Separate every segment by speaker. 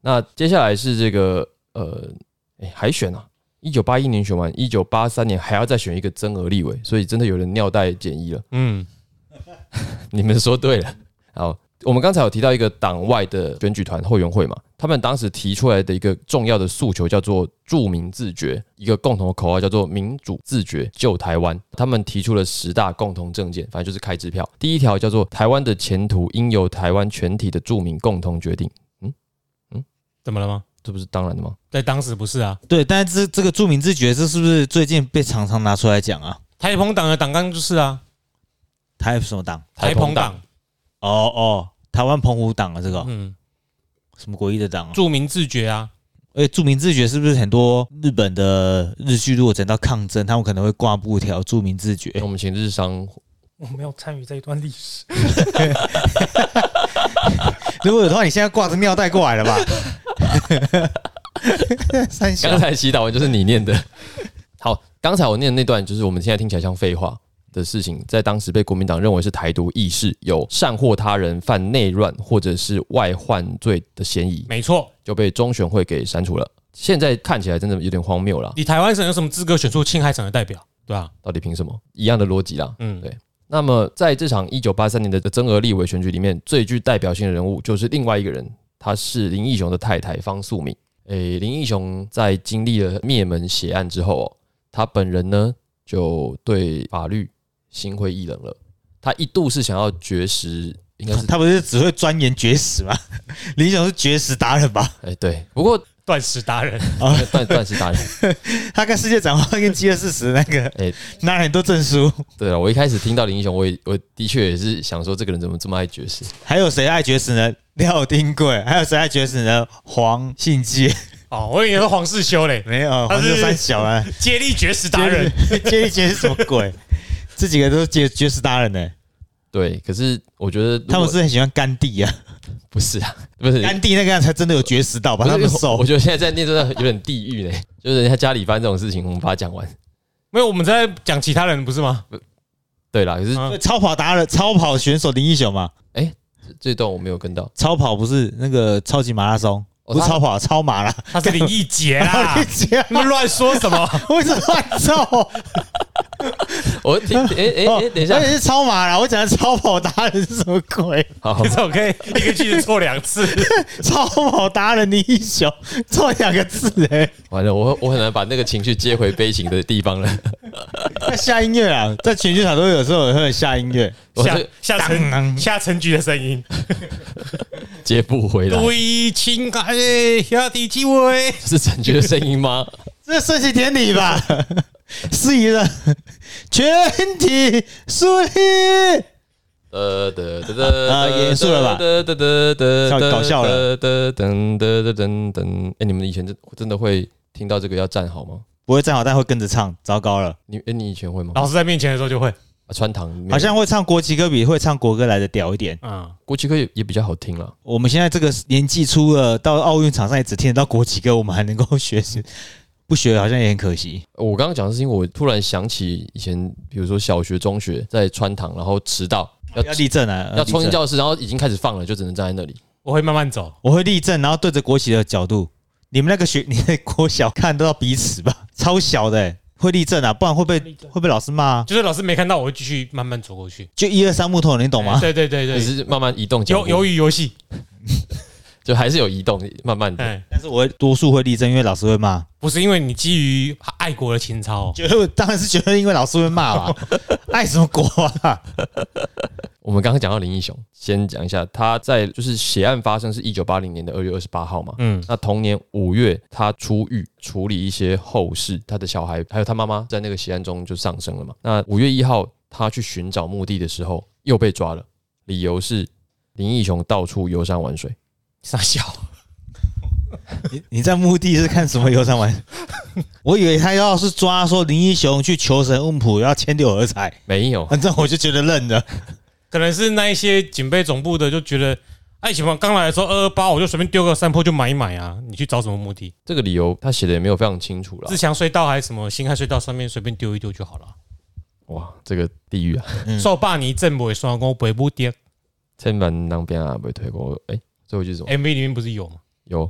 Speaker 1: 那接下来是这个呃，哎、海选啊，一九八一年选完，一九八三年还要再选一个增额立委，所以真的有人尿袋减一了。
Speaker 2: 嗯，
Speaker 1: 你们说对了。好，我们刚才有提到一个党外的选举团后援会嘛，他们当时提出来的一个重要的诉求叫做“著名自觉”，一个共同的口号叫做“民主自觉救台湾”。他们提出了十大共同政见，反正就是开支票。第一条叫做“台湾的前途应由台湾全体的著名共同决定
Speaker 2: 怎么了吗？”，
Speaker 1: 这不是当然的吗？
Speaker 2: 在当时不是啊，
Speaker 3: 对，但是这这个著名自觉，这是不是最近被常常拿出来讲啊？
Speaker 2: 台澎党的党纲就是啊，
Speaker 3: 台什么党？
Speaker 1: 台
Speaker 2: 台
Speaker 1: 澎
Speaker 2: 澎
Speaker 1: 党
Speaker 2: 党，
Speaker 3: 哦哦，台湾澎湖党啊，这个、
Speaker 2: 嗯，
Speaker 3: 什么国一的党、啊？
Speaker 2: 著名自觉啊，
Speaker 3: 哎，著名自觉是不是很多日本的日剧如果整到抗争，他们可能会挂布条“著名自觉
Speaker 1: 那我们请日商，
Speaker 4: 我没有参与这一段历史，”。
Speaker 3: 如果有的话，你现在挂着尿袋过来了吧？三 小
Speaker 1: 刚才祈祷文就是你念的。 好，刚才我念的那段就是我们现在听起来像废话的事情，在当时被国民党认为是台独意识，有善祸他人、犯内乱或者是外患罪的嫌疑，
Speaker 2: 没错。
Speaker 1: 就被中选会给删除了。现在看起来真的有点荒谬啦，
Speaker 2: 你台湾省有什么资格选出青海省的代表？对啊，
Speaker 1: 到底凭什么？一样的逻辑啦。
Speaker 2: 嗯，
Speaker 1: 对那么，在这场一九八三年的增额立委选举里面，最具代表性的人物就是另外一个人，他是林义雄的太太方素敏。诶，林义雄在经历了灭门血案之后、哦，他本人呢就对法律心灰意冷了。他一度是想要绝食，应该是
Speaker 3: 他不是只会钻研绝食吗？ 林总是绝食达人吧？
Speaker 1: 诶，对，不过呃
Speaker 2: 断食达人，
Speaker 1: 断 断食达人。
Speaker 3: 他跟世界展望跟饥饿四十那个，
Speaker 1: 哎
Speaker 3: 拿了很多证书。
Speaker 1: 对啊了，我一开始听到林义雄，我也我的确也是想说，这个人怎么这么爱绝食？
Speaker 3: 还有谁爱绝食呢？廖丁贵。还有谁爱绝食呢？黄 信介。
Speaker 2: 哦，我以为是黄世修嘞，
Speaker 3: 没有，
Speaker 2: 他
Speaker 3: 黄
Speaker 2: 是
Speaker 3: 秀三小啊，
Speaker 2: 接力绝食 达人。
Speaker 3: 接力，接力绝食什么鬼？这几个都是绝绝食达人呢、
Speaker 1: 对，可是我觉得如果
Speaker 3: 他们是很喜欢甘地啊，
Speaker 1: 不是啊？不是
Speaker 3: 甘地那个样才真的有绝食到吧？
Speaker 1: 不
Speaker 3: 他
Speaker 1: 是
Speaker 3: 们
Speaker 1: 我
Speaker 3: 手
Speaker 1: 我觉得现在在念真的有点地狱呢，就是人家家里发生这种事情，我们把它讲完。
Speaker 2: 没有，我们在讲其他人不是吗？
Speaker 1: 对啦，可是
Speaker 2: 啊
Speaker 3: 超跑达人，超跑选手林英雄嘛，
Speaker 1: 这段我没有跟到。
Speaker 3: 超跑不是那个超级马拉松，
Speaker 1: 哦
Speaker 3: 不是
Speaker 1: 他啊
Speaker 3: 超跑，超马啦。，
Speaker 2: 他是林奕杰啦
Speaker 3: 杰，
Speaker 2: 你们乱说什么？
Speaker 3: 我一直乱 造，
Speaker 1: 我听，哎哎哎，等一下
Speaker 3: 哦我，也是超马啦，我讲的超跑达人是什么鬼？
Speaker 1: 好
Speaker 2: 你，怎么可以一个句子错两次？
Speaker 3: 超跑达人林英雄，错两个字哎、
Speaker 1: 完了，我我很难把那个情绪接回悲情的地方了。
Speaker 3: 在下音乐啊，在全剧场都有时候会下音乐，
Speaker 1: 我
Speaker 2: 下
Speaker 1: 是
Speaker 2: 下
Speaker 3: 当当
Speaker 2: 陈下陈局的声音。
Speaker 1: 接不回
Speaker 3: 啊
Speaker 1: 来，
Speaker 2: 对情爱的兄弟姊妹，
Speaker 1: 是陈觉的声音吗？
Speaker 3: 这是顺其典礼 吧？司仪的全体肃立。
Speaker 1: 呃的的
Speaker 3: 啊
Speaker 1: 的，
Speaker 3: 严肃了吧
Speaker 1: 的的的
Speaker 3: 笑
Speaker 1: 的，
Speaker 3: 搞笑了
Speaker 1: 的噔的的噔噔。哎，你们以前真真的会听到这个要站好吗？
Speaker 3: 不会站好，但会跟着唱，糟糕了！
Speaker 1: 你哎，你以前会吗？
Speaker 2: 老师在面前的时候就会，
Speaker 1: 啊穿堂没有
Speaker 3: 好像会唱国旗歌比会唱国歌来的屌一点。
Speaker 2: 嗯，
Speaker 1: 国旗歌也也比较好听了。
Speaker 3: 我们现在这个年纪出了，到奥运场上也只听得到国旗歌，我们还能够学习，不学好像也很可惜。
Speaker 1: 呃我刚刚讲的是因为我突然想起以前，比如说小学、中学在穿堂，然后迟到要
Speaker 3: 要立正
Speaker 2: 呃
Speaker 3: 啊，
Speaker 1: 要冲进
Speaker 3: 立正！
Speaker 1: 教室，然后已经开始放了，就只能站在那里。
Speaker 2: 我会慢慢走。
Speaker 3: 我会立正，然后对着国旗的角度。你们那个学，你 的国小看得到彼此吧？超小的、欸，会立正啊，不然会被
Speaker 4: 立正
Speaker 3: 会被老师骂、啊。
Speaker 2: 就是老师没看到，我会继续慢慢走过去，
Speaker 3: 就一二三木头人，你懂吗
Speaker 2: 哎？对对对
Speaker 1: 只
Speaker 2: 对，
Speaker 1: 是慢慢移动脚
Speaker 2: 由
Speaker 1: 步，
Speaker 2: 由于游戏，
Speaker 1: 就还是有移动，慢慢的。
Speaker 2: 哎，
Speaker 3: 但是我会多数会立正，因为老师会骂。
Speaker 2: 不是因为你基于爱国的情操，哦
Speaker 3: 觉得我当然是觉得，因为老师会骂 嘛，爱什么国啊？
Speaker 1: 我们刚刚讲到林义雄，先讲一下他在就是血案发生是一九八零年的二月二十八号嘛。
Speaker 2: 嗯，
Speaker 1: 那同年五月，他出狱处理一些后事，他的小孩还有他妈妈在那个血案中就丧生了嘛。那五月一号，他去寻找墓地的时候又被抓了，理由是林义雄到处游山玩水。
Speaker 2: 傻笑，
Speaker 3: 你你在墓地是看什么游山 玩？我以为他要是抓说林英雄去求神问卜，要牵六合彩，
Speaker 1: 没有，
Speaker 3: 反正我就觉得愣了。
Speaker 2: 可能是那一些警备总部的就觉得，哎，警方刚来的时候二二八，我就随便丢个山坡就买一买啊，你去找什么目的？
Speaker 1: 这个理由他写的也没有非常清
Speaker 3: 啊
Speaker 1: 楚了
Speaker 2: 自。强隧道还是什么新海隧道上面随便丢一丢就好了。
Speaker 1: 哇，这个地狱啊！
Speaker 3: 嗯
Speaker 2: 受霸你正不会双工北部跌
Speaker 1: 千万当边啊，被推过。哎、最后一句是什么？
Speaker 2: MV 里面不是有吗？
Speaker 1: 有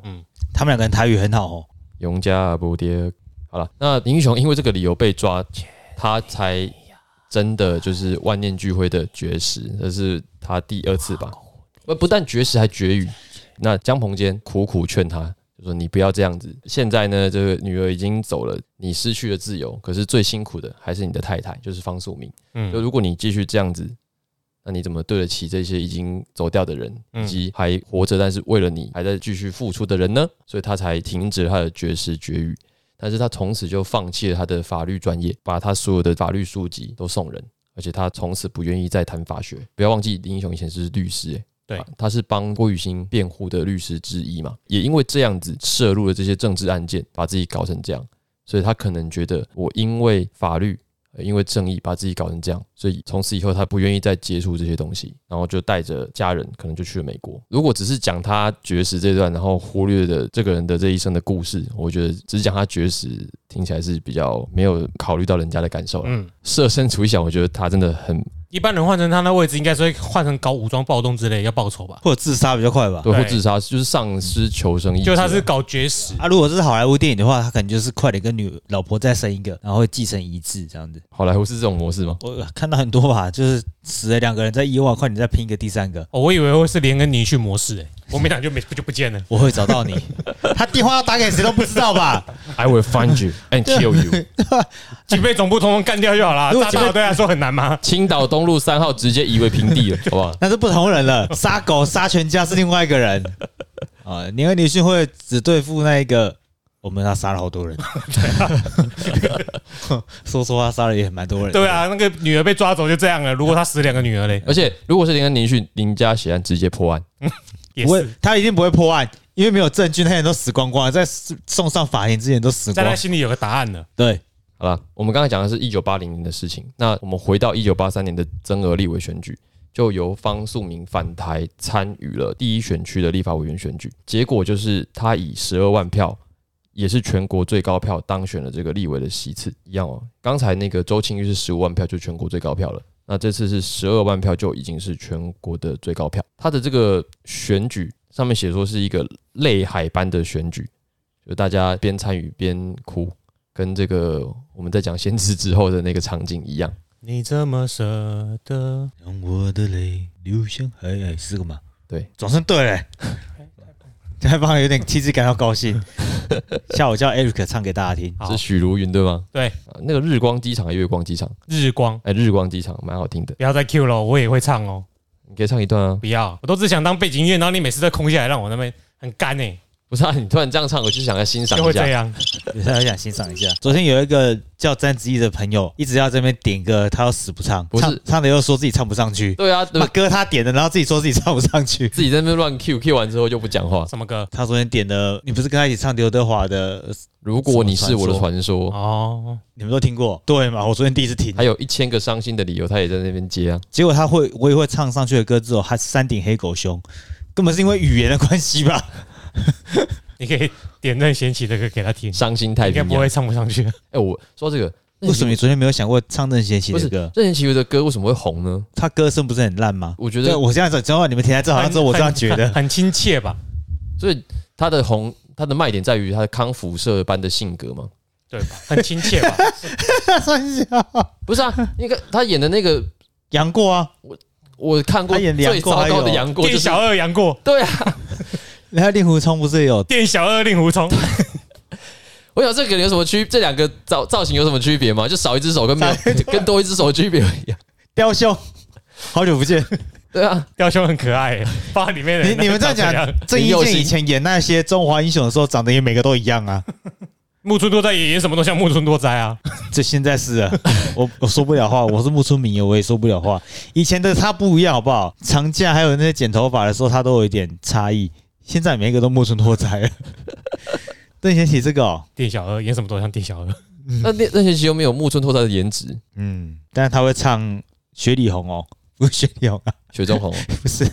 Speaker 3: 他们两个人台语很好哦，
Speaker 1: 永嘉啊不跌。好了，那林义雄因为这个理由被抓，他才真的就是万念俱灰的绝食，这是他第二次吧？不不但绝食，还绝育。那江鹏坚苦苦劝他，就说你不要这样子。现在呢，这个女儿已经走了，你失去了自由，可是最辛苦的还是你的太太，就是方素敏。就
Speaker 2: 嗯，
Speaker 1: 如果你继续这样子，那你怎么对得起这些已经走掉的人，
Speaker 2: 嗯
Speaker 1: 以及还活着但是为了你还在继续付出的人呢？所以他才停止了他的绝食绝育。但是他从此就放弃了他的法律专业，把他所有的法律书籍都送人，而且他从此不愿意再谈法学。不要忘记，林英雄以前是律师、欸，
Speaker 2: 对
Speaker 1: 啊他是帮郭雨欣辩护的律师之一嘛。也因为这样子涉入了这些政治案件，把自己搞成这样，所以他可能觉得我因为法律呃因为正义把自己搞成这样，所以从此以后他不愿意再接触这些东西，然后就带着家人可能就去了美国。如果只是讲他绝食这段，然后忽略了这个人的这一生的故事，我觉得只讲他绝食听起来是比较没有考虑到人家的感受了。啊
Speaker 2: 嗯，
Speaker 1: 设身处地想，我觉得他真的很
Speaker 2: 一般人换成他那位置，应该是会换成搞武装暴动之类，要报仇吧？
Speaker 3: 或者自杀比较快吧。
Speaker 1: 对，
Speaker 2: 对
Speaker 1: 或自杀就是丧失求生意志
Speaker 2: 就
Speaker 1: 啊。
Speaker 2: 他是搞绝食，
Speaker 3: 啊，如果这是好莱坞电影的话，他可能就是快点跟女老婆再生一个，然后会继承遗志这样子。
Speaker 1: 好莱坞是这种模式吗？
Speaker 3: 我看到很多吧，就是死了两个人在意外，快点再 拼一个第三个，
Speaker 2: 哦，我以为会是连根泥去模式、欸，我没想就没就不见了。
Speaker 3: 我会找到你。他电话要打给谁都不知道吧？
Speaker 1: I will find you and kill you。
Speaker 2: 警备总部统统干掉就好了。
Speaker 3: 如果
Speaker 2: 炸
Speaker 3: 警备
Speaker 2: 大对他说很难吗？
Speaker 1: 青岛东路三号直接夷为平地了，好不好？
Speaker 3: 那是不同人了，杀狗杀全家是另外一个人。啊，你和女性会只对付那一个，我们他杀了好多人。 说实话，杀了也蛮多人。
Speaker 2: 对，啊，那个女儿被抓走就这样了。如果他死两个女儿嘞，
Speaker 1: 而且如果是林恩林逊林家血案直接破案，
Speaker 2: 也
Speaker 3: 不会
Speaker 2: 是，
Speaker 3: 他一定不会破案，因为没有证据，那些人都死光光了，在送上法庭之前都死
Speaker 2: 在他
Speaker 3: 光。
Speaker 2: 心里有个答案了。
Speaker 3: 对，
Speaker 1: 好了，我们刚才讲的是一九八零年的事情，那我们回到一九八三年的增额立委选举，就由方素明返台参与了第一选区的立法委员选举，结果就是他以十二万票，也是全国最高票当选了这个立委的席次，一样哦。刚才那个周清玉是十五万票，就全国最高票了。那这次是十二万票，就已经是全国的最高票。他的这个选举上面写说是一个泪海般的选举，就大家边参与边哭，跟这个我们在讲先知之后的那个场景一样。
Speaker 2: 你怎么舍得？
Speaker 3: 让我的泪流向海，哎是个嘛？
Speaker 1: 对，
Speaker 3: 总算对 了、太棒了，有点替自己感到高兴。 下午叫 Eric 唱给大家听。
Speaker 2: 好
Speaker 1: 是，许茹芸对吗？
Speaker 2: 对
Speaker 1: 啊那个日光机场还是月光机场？
Speaker 2: 日光，
Speaker 1: 哎，日光机场蛮好听的，
Speaker 2: 不要再 Q 了，我也会唱哦。
Speaker 1: 你可以唱一段啊。
Speaker 2: 不要，我都只想当背景音乐，然后你每次都空下来，让我那边很干哎、
Speaker 1: 不是啊，你突然这样唱，我就想要欣赏
Speaker 2: 就
Speaker 1: 一
Speaker 2: 会这
Speaker 1: 下。
Speaker 2: 样。
Speaker 3: 有时候想欣赏一 下。昨天有一个叫詹子毅的朋友，一直要这边点歌，他又死不唱，
Speaker 1: 不是
Speaker 3: 唱唱的又说自己唱不上去，
Speaker 1: 对啊，对
Speaker 3: 把
Speaker 1: 吧？
Speaker 3: 歌他点的，然后自己说自己唱不上去。
Speaker 1: 自己在那边乱 Q Q 完之后就不讲话。
Speaker 2: 什么歌？
Speaker 3: 他昨天点的，你不是跟他一起唱刘德华的，
Speaker 1: 如果你是我的传说，
Speaker 2: 哦，
Speaker 3: 你们都听过对吗？我昨天第一次听，
Speaker 1: 还有一千个伤心的理由，他也在那边接啊。
Speaker 3: 结果他会，我也会唱上去的歌之后，他山顶黑狗熊，根本是因为语言的关系吧？
Speaker 2: 你可以点任贤齐的歌给他听，
Speaker 1: 伤心太
Speaker 2: 应该
Speaker 1: 平
Speaker 2: 不
Speaker 1: 洋。
Speaker 2: 会唱不上去。
Speaker 1: 哎，我说到这个，
Speaker 3: 为什么你昨天没有想过唱任贤齐
Speaker 1: 不
Speaker 3: 的
Speaker 1: 是
Speaker 3: 歌？
Speaker 1: 任贤齐的歌为什么会红呢？
Speaker 3: 他歌声不是很烂吗？
Speaker 1: 我觉
Speaker 3: 对，啊
Speaker 1: 得，
Speaker 3: 我现在讲讲话，你们听在啊这好像只有我这样觉
Speaker 2: 很 很
Speaker 3: 得。
Speaker 2: 很亲切吧？
Speaker 1: 所以他的红，他的卖点在于他的康复社般的性格嘛。
Speaker 2: 对吧？很亲切吧？
Speaker 3: 三小
Speaker 1: 不 是啊，那个他演的那个，
Speaker 3: 杨过啊，
Speaker 1: 我看过
Speaker 3: 他演梁
Speaker 1: 最
Speaker 3: 过
Speaker 1: 糟糕
Speaker 3: 还
Speaker 1: 的
Speaker 3: 有
Speaker 1: 杨过，就
Speaker 2: 店
Speaker 1: 是
Speaker 2: 小二杨过，
Speaker 1: 对啊。
Speaker 3: 然后令狐冲不是也有
Speaker 2: 店小二令狐冲，
Speaker 1: 我想这个有什么区？这两个造造型有什么区别吗？就少一只手跟没有跟多一只手的区别一 样。
Speaker 3: 雕兄，好久 不见！
Speaker 1: 对啊，
Speaker 2: 雕兄很可爱、欸，把里面的
Speaker 3: 你
Speaker 2: 人
Speaker 3: 你们这样
Speaker 2: 长怎
Speaker 3: 讲，郑伊
Speaker 1: 林佑
Speaker 3: 健以
Speaker 1: 兴
Speaker 3: 前演那些中华英雄的时候，长得也每个都一样啊。
Speaker 2: 木村多哉也演什么都像木村多哉啊，
Speaker 3: 这现在是 啊，我我说不了话，我是木村明也，我也说不了话。以前的他不一样，好不好？长假还有那些剪头发的时候，他都有一点差异。现在每一个都木村拓 哉了。邓贤齐这个、哦，
Speaker 2: 店小二演什么都像店小二，
Speaker 1: 那嗯那那学期又没有木村拓哉的颜值，
Speaker 3: 嗯，但是他会唱雪里红哦， 不是雪里红啊，
Speaker 1: 雪中 红，
Speaker 3: 不是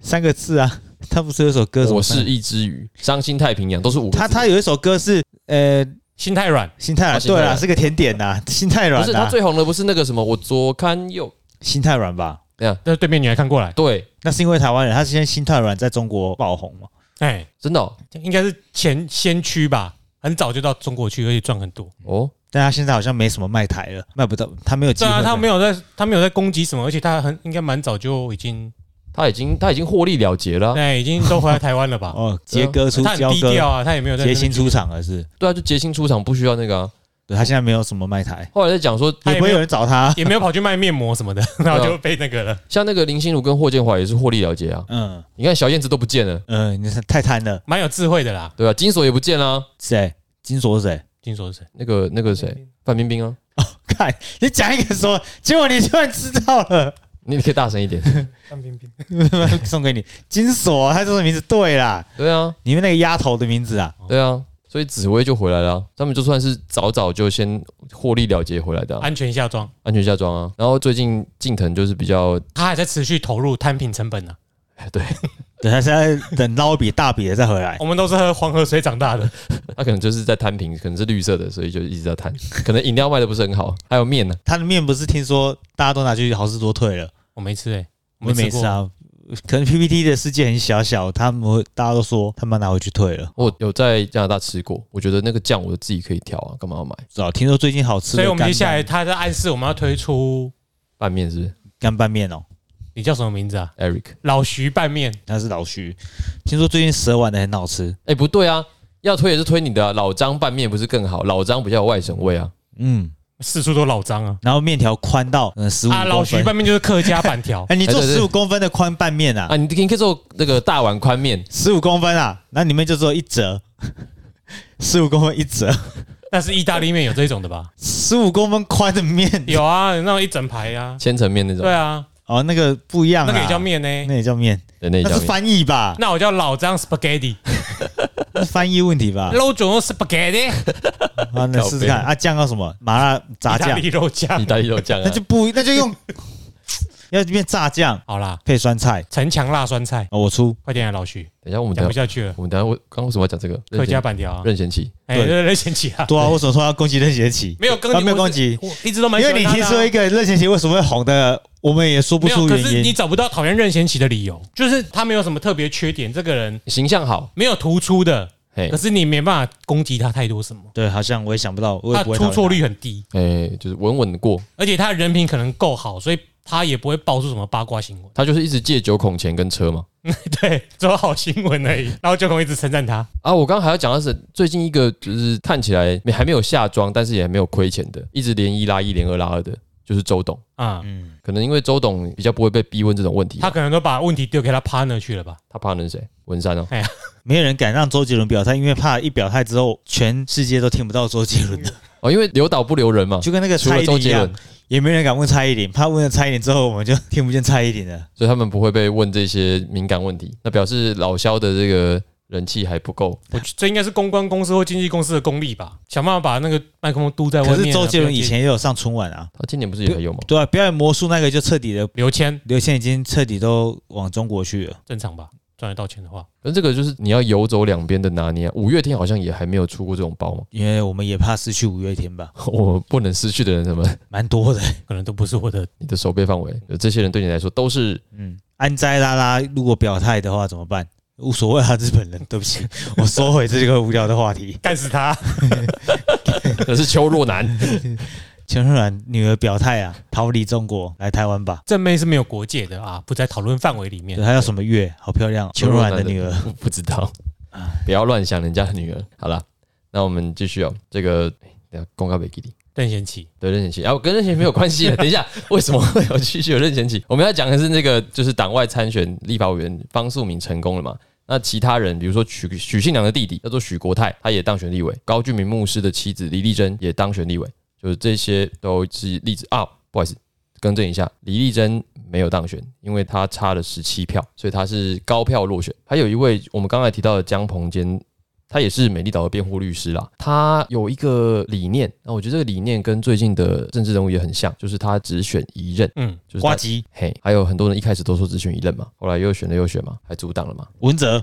Speaker 3: 三个字啊。他不是有一首歌什么？
Speaker 1: 我是一只鱼，伤心太平洋，都是五个字
Speaker 3: 他他有一首歌是呃
Speaker 2: 心太软，
Speaker 3: 心太
Speaker 1: 啊
Speaker 3: 软，
Speaker 1: 心太
Speaker 3: 对
Speaker 1: 软
Speaker 3: 啦，是个甜点呐，心太
Speaker 1: 不
Speaker 3: 软
Speaker 1: 是他
Speaker 3: 啊，
Speaker 1: 最红的不是那个什么，我左看右，
Speaker 3: 心太软吧？
Speaker 2: 但是对面女孩看过来，
Speaker 1: 对，
Speaker 3: 那是因为台湾人，他是现在心太软在中国爆红嘛？
Speaker 2: 哎，
Speaker 1: 真的哦
Speaker 2: 应该是前先驱吧，很早就到中国去，而且赚很多。
Speaker 1: 哦，
Speaker 3: 但他现在好像没什么卖台了，卖不到，他没有机
Speaker 2: 对
Speaker 3: 会
Speaker 2: 啊，
Speaker 3: 了。
Speaker 2: 他没有在，他没有在攻击什么，而且他很应该蛮早就已经，
Speaker 1: 他已经他已经获利了结了啊，
Speaker 2: 哎，已经都回来台湾了吧？
Speaker 3: 哦，杰哥出
Speaker 2: 他很
Speaker 3: 焦
Speaker 2: 低调
Speaker 3: 哥，
Speaker 2: 啊，他也没有在那
Speaker 3: 杰
Speaker 2: 边
Speaker 3: 星出场了是？
Speaker 1: 对啊，就杰星出场不需要那个啊。
Speaker 3: 对他现在没有什么卖台，
Speaker 1: 后来在讲说，
Speaker 2: 他
Speaker 3: 也
Speaker 2: 也没
Speaker 3: 不会
Speaker 2: 有
Speaker 3: 有人找他。
Speaker 2: 也没有跑去卖面膜什么
Speaker 3: 哦
Speaker 2: 的， 然后就被那个了。
Speaker 1: 像那个林心如跟霍建华也是获利了结啊，
Speaker 3: 嗯
Speaker 1: 你看小燕子都不见了，
Speaker 3: 嗯，你太贪了。
Speaker 2: 蛮有智慧的啦，
Speaker 1: 对吧、金锁也不见啦、
Speaker 3: 谁？金锁是谁？
Speaker 2: 听说是
Speaker 1: 那个那个谁，范冰冰啊，
Speaker 3: 看你讲一个说，结果你居然知道了，
Speaker 1: 你可以大声一点，
Speaker 4: 范冰冰，
Speaker 3: 送给你金锁啊，他这个名字对啦，
Speaker 1: 对啊，
Speaker 3: 里面那个丫头的名字啊，
Speaker 1: 对啊，所以紫薇就回来了啊、他们就算是早早就先获利了结回来的啊、
Speaker 2: 安全下装，
Speaker 1: 安全下装啊，然后最近近藤就是比较
Speaker 2: 他还在持续投入摊平成本呢、
Speaker 1: 对，
Speaker 3: 等他现在等捞一笔大笔的再回来。
Speaker 2: 我们都是喝黄河水长大的，
Speaker 1: 他可能就是在摊平，可能是绿色的，所以就一直在摊，可能饮料卖的不是很好，还有面呢、啊
Speaker 3: 他的面不是听说大家都拿去好事多退了，
Speaker 2: 我没吃哎、
Speaker 3: 我们没
Speaker 2: 吃
Speaker 3: 事
Speaker 2: 过。
Speaker 3: 啊。可能 PPT 的世界很小小，他们会大家都说他们拿回去退了。
Speaker 1: 我有在加拿大吃过，我觉得那个酱我自己可以调啊，干嘛要买
Speaker 3: 不知道听说最近好吃
Speaker 2: 所
Speaker 3: 的
Speaker 2: 以我们接下来
Speaker 3: 干
Speaker 2: 他在暗示我们要推出，
Speaker 1: 拌面是不是
Speaker 3: 干拌面哦，
Speaker 2: 你叫什么名字啊？
Speaker 1: ？Eric，哎、
Speaker 2: 老徐拌面，
Speaker 3: 他是老徐。听说最近蛇丸的很好吃，
Speaker 1: 诶不对啊，要推也是推你的啊、老张拌面不是更好？老张比较有外省味啊，
Speaker 3: 嗯，
Speaker 2: 四处都老张啊。
Speaker 3: 然后面条宽到嗯十五
Speaker 2: 啊，老
Speaker 3: 公
Speaker 2: 徐
Speaker 3: 分。，
Speaker 2: 拌面就是客家板条
Speaker 3: 哎，你做
Speaker 1: 哎对对
Speaker 3: 十五公分的宽拌面啊
Speaker 1: 啊，，你你可以做那个大碗宽面，
Speaker 3: 十五公分啊，那里面就只有一折， 十五公分一折，
Speaker 2: 但是意大利面有这种的 吧？
Speaker 3: 十五公分宽的面
Speaker 2: 有啊，有那种一整排啊。
Speaker 1: 千层面那种，
Speaker 2: 对啊，
Speaker 3: 哦，那个不一样啊，
Speaker 2: 那个也叫面呢。
Speaker 3: 那也叫面，
Speaker 1: 对，那一
Speaker 3: 那
Speaker 1: 家
Speaker 3: 是
Speaker 1: 面。
Speaker 3: 翻译吧？
Speaker 2: 那我叫老张 spaghetti，
Speaker 3: 那是翻译问题 吧？
Speaker 2: 肉总 spaghetti，
Speaker 3: 啊，那试试看啊，酱要什么？麻辣炸
Speaker 2: 意大
Speaker 3: 酱，
Speaker 2: 利肉酱
Speaker 1: 意。大利肉酱啊，
Speaker 3: 那就不那就用 要变炸酱
Speaker 2: 好啦，
Speaker 3: 配酸菜
Speaker 2: 城墙辣酸菜，
Speaker 3: 啊，我出
Speaker 2: 快点啊，老徐，
Speaker 1: 等一下我们
Speaker 2: 讲
Speaker 1: 等
Speaker 2: 不
Speaker 1: 一下
Speaker 2: 下去了，
Speaker 1: 我们等一下我刚刚为什么要讲这个？
Speaker 2: 客家
Speaker 1: 任贤
Speaker 2: 板条啊。
Speaker 1: 任贤齐，
Speaker 2: 哎，
Speaker 3: 对
Speaker 2: 任任贤齐啊，
Speaker 3: 对啊，为什么说要攻击任贤齐？
Speaker 2: 没有跟
Speaker 3: 啊没有攻击，
Speaker 2: 我一直都蛮
Speaker 3: 因
Speaker 2: 喜欢
Speaker 3: 为你
Speaker 2: 他的啊
Speaker 3: 提出一个任贤齐为什么会红的，我们也说不
Speaker 2: 没有，
Speaker 3: 出
Speaker 2: 可是
Speaker 3: 原
Speaker 2: 你
Speaker 3: 因。
Speaker 2: 找不到讨厌任贤齐的理由，就是他没有什么特别缺点，这个人
Speaker 1: 形象好，
Speaker 2: 没有突出的，
Speaker 1: 嘿
Speaker 2: 可，是你没办法攻击他太多什么，
Speaker 3: 对，好像我也想不到，我
Speaker 2: 他
Speaker 3: 也不会
Speaker 2: 出错
Speaker 3: 讨厌
Speaker 2: 率很低，
Speaker 1: 哎，就是稳稳地过，
Speaker 2: 而且他人品可能够好，所以他也不会爆出什么八卦新闻。
Speaker 1: 他就是一直借酒孔钱跟车嘛。
Speaker 2: 对，只有好新闻而已。然后九孔一直称赞他，
Speaker 1: 啊，我刚刚还要讲的是，最近一个就是看起来没还没有下庄，但是也没有亏钱的，一直连一拉一，连二拉二的，就是周董。
Speaker 2: 啊、
Speaker 3: 嗯
Speaker 1: 可能因为周董比较不会被逼问这种问题，
Speaker 2: 他
Speaker 1: 他
Speaker 2: 可能都把问题丢给他 partner 去了吧？
Speaker 1: 他怕那是谁？文山哦，
Speaker 3: 他，没有人敢让周杰伦表态，因为怕一表态之后，全世界都听不到周杰伦的，
Speaker 1: 哦，因为留岛不留人嘛，
Speaker 3: 就跟那个
Speaker 1: 除
Speaker 3: 蔡
Speaker 1: 了
Speaker 3: 依
Speaker 1: 周
Speaker 3: 林一
Speaker 1: 杰
Speaker 3: 样
Speaker 1: 伦，，
Speaker 3: 也没人敢问蔡依林，怕问了蔡依林之后，我们就听不见 蔡依林了。
Speaker 1: 所以他们不会被问这些敏感问题。那表示老萧的这个人气还不够，
Speaker 2: 我觉这应该是公关公司或经纪公司的功力吧，想办法把那个麦克风嘟在外
Speaker 3: 可
Speaker 2: 面啊。
Speaker 3: 是周杰伦
Speaker 2: 不要
Speaker 3: 以
Speaker 2: 接
Speaker 3: 前也有上春晚啊，
Speaker 1: 他今年不是也还有吗？
Speaker 3: 对啊，表演魔术那个就彻底的，
Speaker 2: 刘谦
Speaker 3: 刘谦已经彻底都往中国去了。
Speaker 2: 正常吧，赚得到钱的话，
Speaker 1: 可是这个就是你要游走两边的拿捏啊、五月天好像也还没有出过这种包嘛，
Speaker 3: 因为我们也怕失去五月天吧，
Speaker 1: 我不能失去的人什么，
Speaker 3: 蛮多的。
Speaker 2: 可能都不是我的。
Speaker 1: 你的手背范围，这些人对你来说都是
Speaker 3: 嗯，安斋拉拉如果表态的话怎么办？无所谓啊，日本人，对不起，我收回这个无聊的话题。
Speaker 2: 干死他！
Speaker 1: 那是邱若男，
Speaker 3: 钱若兰女儿表态啊，逃离中国来台湾吧。
Speaker 2: 正妹是没有国界的啊，不在讨论范围里面
Speaker 3: 对，。她叫什么月？好漂亮，钱若兰的女儿。
Speaker 1: 不不知道， 不要乱想人家的女儿。好了，那我们继续哦，这个哎等一下公告给弟弟。
Speaker 2: 邓贤齐，
Speaker 1: 对任贤齐，啊，我跟任贤齐没有关 系的。等一下，为什么会有继续有任贤齐？我们要讲的是那个，就是党外参选立法委员方素敏成功了嘛？那其他人，比如说许许信良的弟弟叫做许国泰，他也当选立委；高俊明牧师的妻子李丽珍也当选立委。就是这些都是例子啊。不好意思，更正一下，李丽珍没有当选，因为她差了十七票，所以她是高票落选。还有一位我们刚才提到的江鹏坚，他也是美丽岛的辩护律师啦。他有一个理念，那我觉得这个理念跟最近的政治人物也很像，就是他只选一任，
Speaker 2: 嗯，
Speaker 1: 就是
Speaker 3: 瓜
Speaker 1: 他
Speaker 3: 吉、
Speaker 1: 嘿，还有很多人一开始都说只选一任嘛，后来又选了又选嘛，还阻挡了嘛。
Speaker 3: 文哲，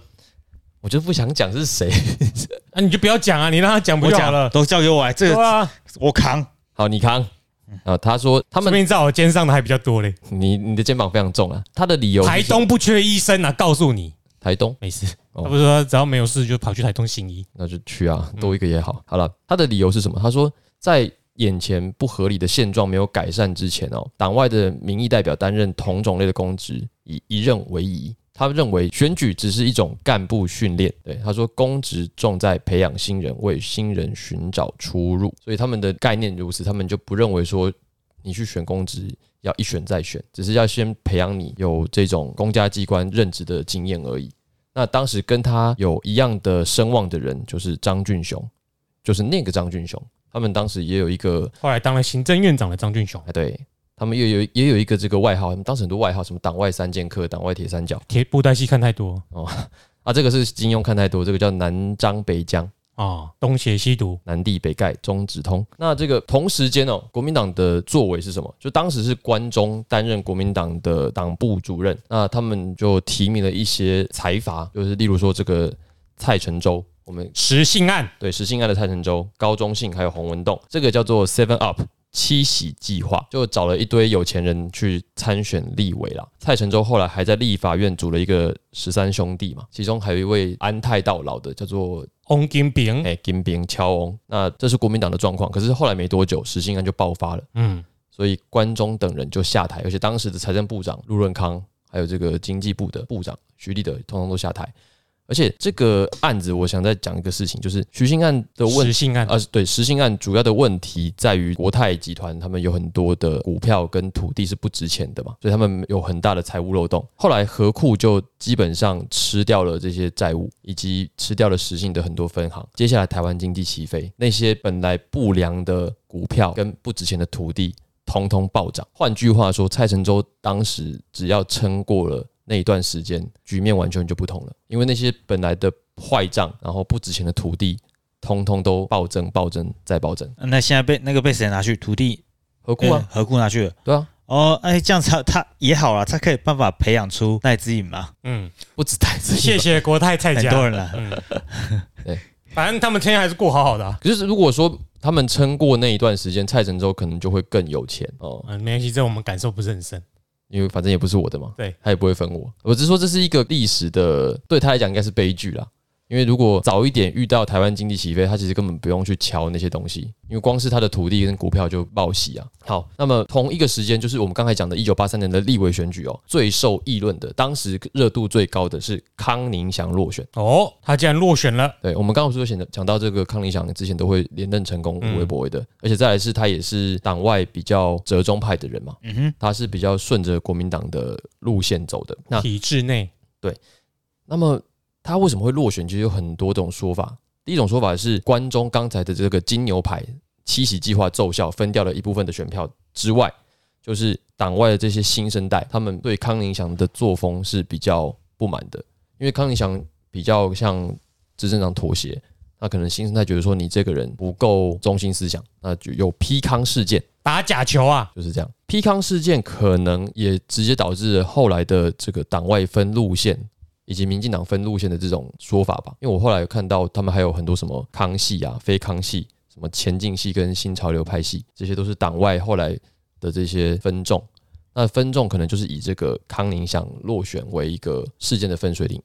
Speaker 1: 我就不想讲是谁。
Speaker 2: 啊，你就不要讲啊，你让他讲不
Speaker 3: 我
Speaker 2: 就
Speaker 3: 讲
Speaker 2: 好了？
Speaker 3: 都交给我来，这
Speaker 2: 对
Speaker 3: 个
Speaker 2: 啊，
Speaker 3: 我扛。
Speaker 1: 好，你扛。
Speaker 2: 嗯
Speaker 1: 啊，他说他
Speaker 2: 他
Speaker 1: 们
Speaker 2: 们在我肩上的还比较多嘞。
Speaker 1: 你你的肩膀非常重啊。他的理由就是
Speaker 2: 台东不缺医生啊，告诉你，
Speaker 1: 台东，
Speaker 2: 没事。
Speaker 1: 哦
Speaker 2: 他不是说只要没有事就跑去台东行医，
Speaker 1: 那就去啊，多一个也好。好了，他的理由是什么？他说在眼前不合理的现状没有改善之前哦，党外的民意代表担任同种类的公职，以一任为宜。他认为选举只是一种干部训练，对他说，公职重在培养新人，为新人寻找出路，所以他们的概念如此，他们就不认为说你去选公职要一选再选，只是要先培养你有这种公家机关任职的经验而已。那当时跟他有一样的声望的人，就是张俊雄，就是那个张俊雄。他们当时也有一个，
Speaker 2: 后来当了行政院长的张俊雄，
Speaker 1: 哎，对他们也有也有一个这个外号，他们当时很多外号，什么党外三剑客、党外铁三角
Speaker 2: 铁布袋戏看太多
Speaker 1: 啊，这个是金庸看太多，这个叫南张北江。
Speaker 2: 啊，东邪西毒，
Speaker 1: 南帝北丐中直通。那这个同时间哦，国民党的作为是什么？就当时是关中担任国民党的党部主任，那他们就提名了一些财阀，就是例如说这个蔡成洲，我们
Speaker 2: 实性案，
Speaker 1: 对，石信爱的蔡成洲、高中信还有洪文栋，这个叫做 Seven Up 七喜计划，就找了一堆有钱人去参选立委啦。蔡成洲后来还在立法院组了一个十三兄弟嘛，其中还有一位安泰到老的，叫做
Speaker 2: 翁金平，
Speaker 1: 哎金兵乔翁。那这是国民党的状况，可是后来没多久，石信案就爆发了。
Speaker 2: 嗯，
Speaker 1: 所以关中等人就下台，而且当时的财政部长陆润康，还有这个经济部的部长徐立德，通通都下台。而且这个案子，我想再讲一个事情，就是徐信案的问
Speaker 2: 实性案，
Speaker 1: 呃，对，实行案主要的问题在于国泰集团他们有很多的股票跟土地是不值钱的嘛，所以他们有很大的财务漏洞。后来和库就基本上吃掉了这些债务，以及吃掉了实信的很多分行。接下来台湾经济起飞，那些本来不良的股票跟不值钱的土地，通通暴涨。换句话说，蔡成洲当时只要撑过了那一段时间，局面完全就不同了，因为那些本来的坏账，然后不值钱的土地。通通都暴增、暴增再暴增，
Speaker 3: 那现在被那个被谁拿去？土地
Speaker 1: 何故啊？
Speaker 3: 何库拿去了。
Speaker 1: 对啊，
Speaker 3: 哦，哎，这样他他也好了，他可以办法培养出赖之颖嘛，
Speaker 2: 嗯，
Speaker 1: 不止台资，
Speaker 2: 谢。谢国泰蔡
Speaker 3: 很
Speaker 2: 家，
Speaker 3: 多人啦。
Speaker 2: 嗯
Speaker 1: 对，
Speaker 2: 反正他们天天还是过好好的啊，
Speaker 1: 可是如果说他们撑过那一段时间，蔡成洲可能就会更有钱哦，
Speaker 2: 嗯，没关系，这我们感受不是很深，
Speaker 1: 因为反正也不是我的嘛，
Speaker 2: 对，
Speaker 1: 他也不会分我。我只是说这是一个历史的，对他来讲应该是悲剧啦。因为如果早一点遇到台湾经济起飞，他其实根本不用去瞧那些东西，因为光是他的土地跟股票就报喜啊。好，那么同一个时间，就是我们刚才讲的1983年的立委选举哦，最受议论的，当时热度最高的是康宁祥落选。
Speaker 2: 哦，他竟然落选了，
Speaker 1: 对，我们刚刚不是讲讲到这个康林祥之前都会连任成功，
Speaker 2: 嗯
Speaker 1: 无微不为的，而且再来是他也是党外比较折中派的人嘛，
Speaker 3: 嗯哼，
Speaker 1: 他是比较顺着国民党的路线走的。那
Speaker 2: 体制内，
Speaker 1: 那么他为什么会落选？其实有很多种说法。第一种说法是关中刚才的这个金牛牌七喜计划奏效，分掉了一部分的选票之外，就是党外的这些新生代，他们对康宁祥的作风是比较不满的，因为康宁祥比较向执政党妥协。那可能新生代觉得说你这个人不够中心思想，那就有批康事件。
Speaker 2: 打假球啊，
Speaker 1: 就是这样。批康事件可能也直接导致了后来的这个党外分路线，以及民进党分路线的这种说法吧。因为我后来有看到他们还有很多什么康系啊、非康系、什么前进系跟新潮流派系，这些都是党外后来的这些分众。那分众可能就是以这个康宁想落选为一个事件的分水岭，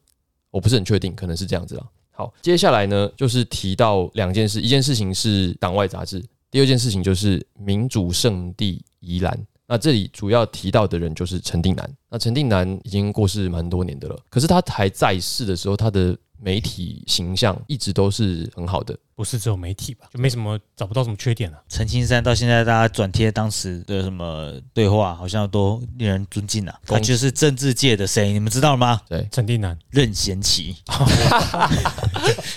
Speaker 1: 我不是很确定，可能是这样子啦。好，接下来呢就是提到两件事，一件事情是党外杂志，第二件事情就是民主圣地宜兰。那这里主要提到的人就是陈定南。那陈定南已经过世蛮多年的了，可是他还在世的时候，他的媒体形象一直都是很好的。
Speaker 2: 不是只有媒体吧？就没什么找不到什么缺点啊了、
Speaker 3: 陈青山到现在，大家转贴当时的什么对话，好像都令人尊敬啊。
Speaker 1: 恭
Speaker 3: 他就是政治界的谁，你们知道吗？
Speaker 1: 对，
Speaker 2: 陈定南
Speaker 3: 任贤齐，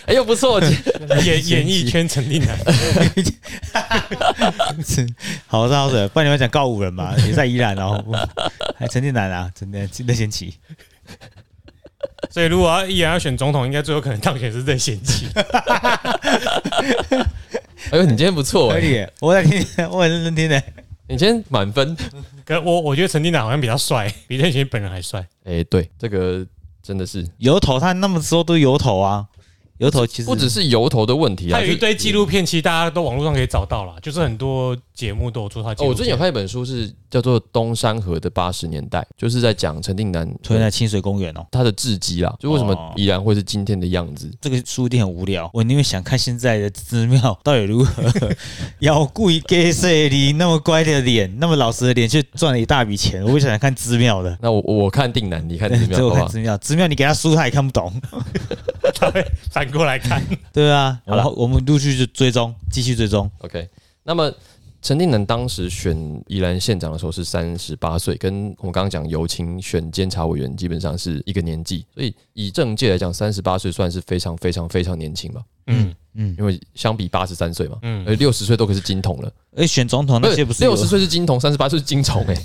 Speaker 1: 哎呦不错，
Speaker 2: 演演艺圈陈定 南，
Speaker 3: 好山好水，不然你们讲告五人嘛，也在宜兰，然后 还陈定南啊，陈任任贤齐，
Speaker 2: 所以如果要依然要选总统，应该最有可能当 选是任贤齐。
Speaker 1: 哎呦你今天不错
Speaker 3: 可
Speaker 1: 哎，
Speaker 3: 以，我在听，我很认真听的。
Speaker 1: 你今天满分。
Speaker 2: 可我我觉得陈定南好像比较帅，比任贤齐本人还帅。
Speaker 1: 哎，对，这个真的是
Speaker 3: 油头，他那么时候都油头啊，油头其实
Speaker 1: 不只是油头的问题啊，
Speaker 2: 他有一
Speaker 1: 就
Speaker 2: 堆纪录片，其实大家都网络上可以找到了，就是很多节目都有做他纪
Speaker 1: 哦，
Speaker 2: 录片。
Speaker 1: 我最近有看一本书，是叫做《东山河的八十年代》，就是在讲陈定南
Speaker 3: 推在清水公园哦。
Speaker 1: 他的事迹啦，就为什么
Speaker 3: 哦
Speaker 1: 依然会是今天的样子。
Speaker 3: 这个书一定很无聊，我宁愿想看现在的寺庙到底如何 要故意给谁你那么乖的脸，那么老实的脸，却赚了一大笔钱。我不想想看寺庙的，
Speaker 1: 那我我看定南，你看怎么
Speaker 3: 对
Speaker 1: 样？
Speaker 3: 我
Speaker 1: 好不
Speaker 3: 看
Speaker 1: 好？
Speaker 3: 寺庙，寺庙你给他书他也看不懂。
Speaker 2: 他会反过来 看，
Speaker 3: 对啊，
Speaker 1: 好
Speaker 3: 然
Speaker 1: 啦
Speaker 3: 后我们陆续就追踪，继续追踪。
Speaker 1: OK，那么陈定南当时选宜兰县长的时候是三十八岁，跟我们刚刚讲尤青选监察委员基本上是一个年纪，所以以政界来讲，三十八岁算是非常非常非常年轻吧，
Speaker 2: 嗯
Speaker 3: 嗯，
Speaker 1: 因为相比八十三岁嘛，
Speaker 2: 嗯，
Speaker 1: 而六十岁都可是金童了，
Speaker 3: 哎，选总统那些不是有
Speaker 1: 六十岁是金童，三十八岁是金虫哎、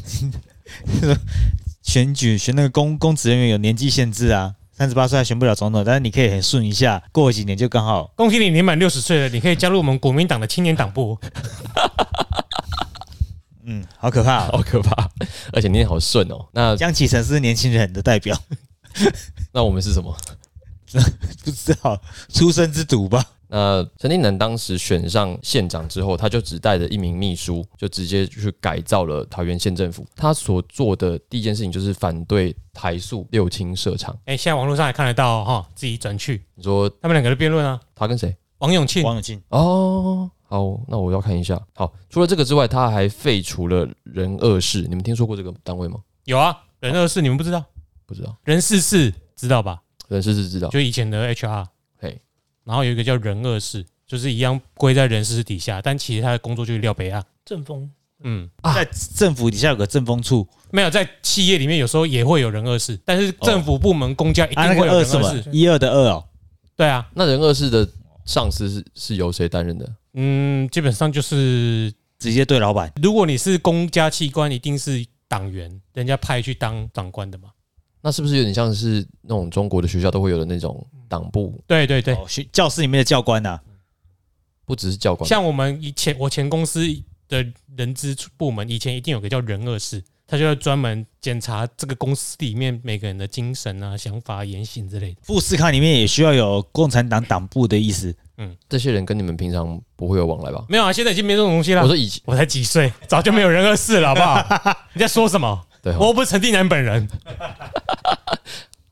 Speaker 3: 选举选那个公公职人员有年纪限制啊，三十八岁还选不了总统，但是你可以很顺一下，过几年就刚好
Speaker 2: 恭喜你，你满六十岁了，你可以加入我们国民党的青年党部。
Speaker 3: 嗯，好可怕、哦！
Speaker 1: 好可怕，而且念好顺哦。那
Speaker 3: 江启臣是年轻人的代表，
Speaker 1: 那我们是什么？
Speaker 3: 不知道出生之毒吧？
Speaker 1: 那陈定南当时选上县长之后，他就只带着一名秘书，就直接去改造了桃园县政府。他所做的第一件事情就是反对台塑六轻设厂。
Speaker 2: 哎、现在网络上也看得到哦哈、自己转去，
Speaker 1: 你说
Speaker 2: 他们两个的辩论啊，
Speaker 1: 他跟谁？
Speaker 2: 王永庆
Speaker 3: 王永庆，
Speaker 1: 哦，好，那我要看一下。好，除了这个之外，他还废除了人二事。你们听说过这个单位吗？
Speaker 2: 有啊，人二四你们不知道，
Speaker 1: 不知道，
Speaker 2: 人四四知道吧？
Speaker 1: 人事是知道。
Speaker 2: 就以前的 HR，
Speaker 1: 哦嘿
Speaker 2: 然后有一个叫人二四，就是一样归在人事底下，但其实他的工作就是廖北亚，
Speaker 4: 正风
Speaker 2: 嗯，
Speaker 1: 啊
Speaker 3: 在政府底下有个政风处
Speaker 2: 没有在企业里面有时候也会有人二四，但是政府部门公家一定
Speaker 3: 啊，那
Speaker 2: 会
Speaker 3: 个
Speaker 2: 有
Speaker 3: 二
Speaker 2: 人
Speaker 3: 什么
Speaker 2: 二四，
Speaker 3: 一二的二哦，
Speaker 2: 对啊，
Speaker 1: 那人二事的上司是是由谁担任的？
Speaker 2: 嗯，基本上就是
Speaker 3: 直接对老板。
Speaker 2: 如果你是公家器官，一定是党员，人家派去当长官的嘛，
Speaker 1: 那是不是有点像是那种中国的学校都会有的那种党部？
Speaker 2: 对对对，
Speaker 3: 哦，学教室里面的教官啊呐、
Speaker 1: 不只是教官，
Speaker 2: 像我们以前我前公司的人资部门，以前一定有个叫人二室，他就要专门检查这个公司里面每个人的精神啊、想法、言行之类的。
Speaker 3: 富士康里面也需要有共产党党部的意思。
Speaker 1: 这些人跟你们平常不会有往来吧？
Speaker 2: 没有啊，现在已经没这种东西了
Speaker 1: 我。说以前
Speaker 2: 我才几岁，早就没有人二室了，好不 好？你在说什么？
Speaker 1: 对
Speaker 2: 我
Speaker 1: 哦，
Speaker 2: 又不是陈定南本人。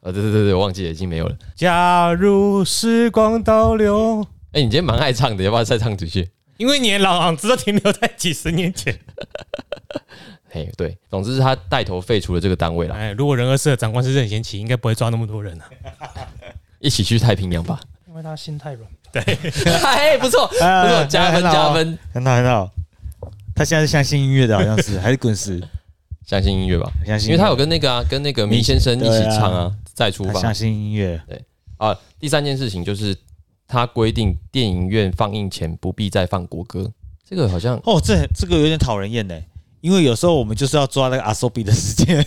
Speaker 1: 呃，对对对对，我忘记了，已经没有了。
Speaker 2: 假如时光倒流，
Speaker 1: 哎，你今天蛮爱唱的，要不要再唱几句？
Speaker 2: 因为你的老昂知道停留在几十年 前。
Speaker 1: 嘿，对，总之是他带头废除了这个单位啦，
Speaker 2: 哎，如果人二室的长官是任贤齐，应该不会抓那么多人啊。
Speaker 1: 一起去太平洋吧。
Speaker 4: 因为他心太软，
Speaker 1: 哎，不 错，不错，
Speaker 3: 哎
Speaker 1: 加分
Speaker 3: 很好
Speaker 1: 加分，
Speaker 3: 很好很好，他现在是相信音乐的，好像 是还是滚石，
Speaker 1: 相信音乐吧，
Speaker 3: 相
Speaker 1: 因
Speaker 3: 信音乐，
Speaker 1: 为他有跟那个啊，跟那个明先生一起唱啊，再出
Speaker 3: 他
Speaker 1: 发
Speaker 3: 相信音乐，
Speaker 1: 啊。第三件事情就是他规定电影院放映前不必再放国歌，这个好像
Speaker 3: 哦，这这个有点讨人厌呢，因为有时候我们就是要抓那个阿苏比的时间，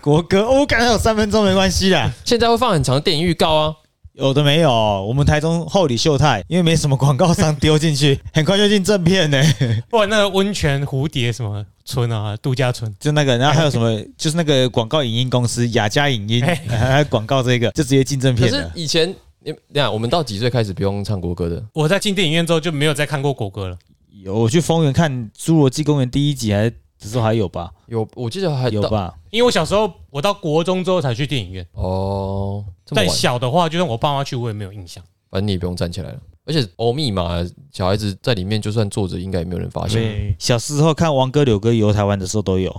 Speaker 3: 国歌，哦我感觉有三分钟没关系啦，
Speaker 1: 现在会放很长的电影预告啊。
Speaker 3: 有的没有，我们台中后里秀泰，因为没什么广告商丢进去，很快就进正片呢，
Speaker 2: 哇，那个温泉蝴蝶什么村啊，度假村。
Speaker 3: 就那个，然后还有什么，就是那个广告影音公司雅佳影音，
Speaker 2: 哎
Speaker 3: 还有广告这个，就直接进正
Speaker 1: 可
Speaker 3: 片
Speaker 1: 是
Speaker 3: 了。
Speaker 1: 以前，你你看，我们到几岁开始不用唱国歌的？
Speaker 2: 我在进电影院之后就没有再看过国歌了。
Speaker 3: 有我去丰原看《侏罗纪公园》第一集，还是那时候还有吧？
Speaker 1: 有，我记得还
Speaker 3: 有
Speaker 1: 到
Speaker 3: 吧？
Speaker 2: 因为我小时候，我到国中之后才去电影院。
Speaker 1: 哦，这么
Speaker 2: 但
Speaker 1: 晚，
Speaker 2: 小的话，就算我爸妈去，我也没有印象。
Speaker 1: 反正你也不用站起来了。而且欧密嘛，小孩子在里面就算坐着，应该也没有人发现。
Speaker 3: 小时候看王哥、柳哥游台湾的时候都有，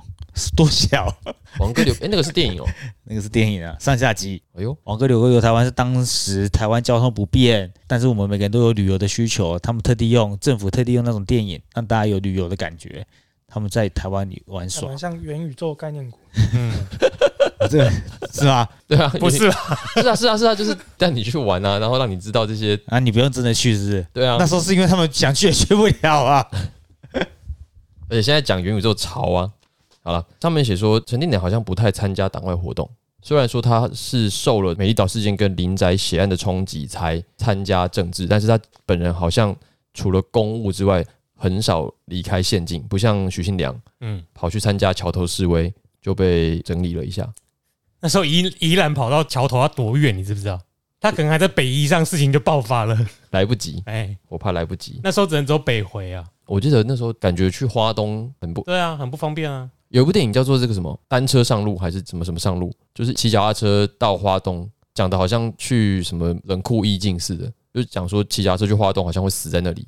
Speaker 3: 多小？
Speaker 1: 王哥刘，哎、那个是电影哦、
Speaker 3: 那个是电影啊，上下集。
Speaker 1: 哎呦，
Speaker 3: 王哥、刘哥游台湾是当时台湾交通不便，但是我们每个人都有旅游的需求，他们特地用政府特地用那种电影，让大家有旅游的感觉。他们在台湾里玩
Speaker 4: 还
Speaker 3: 耍
Speaker 4: 蛮，像元宇宙概念股，
Speaker 2: 嗯，
Speaker 3: 这个 是吧？
Speaker 1: 对啊，
Speaker 2: 不是啦，
Speaker 1: 是啊，是啊，是啊，就是带你去玩啊，然后让你知道这些，
Speaker 3: 啊，你不用真的去，是不是？
Speaker 1: 对啊
Speaker 3: 那。时候是因为他们想去也去不了啊。
Speaker 1: 而且现在讲元宇宙潮啊，好了，上面写说陈定南好像不太参加党外活动，虽然说他是受了美丽岛事件跟林宅血案的冲击才参加政治，但是他本人好像除了公务之外，很少离开县境，不像许信良
Speaker 2: 嗯，
Speaker 1: 跑去参加桥头示威就被整理了一下。
Speaker 2: 那时候宜宜兰跑到桥头要多远，你知不知道？他可能还在北宜上，事情就爆发了。
Speaker 1: 来不及，
Speaker 2: 哎，
Speaker 1: 我怕来不及。
Speaker 2: 那时候只能走北回啊。
Speaker 1: 我记得那时候感觉去花东很不
Speaker 2: 对啊，很不方便啊。
Speaker 1: 有一部电影叫做这个什么单车上路还是什么什么上路，就是骑脚踏车到花东，讲的好像去什么冷酷意境似的，就是讲说骑脚踏车去花东好像会死在那里，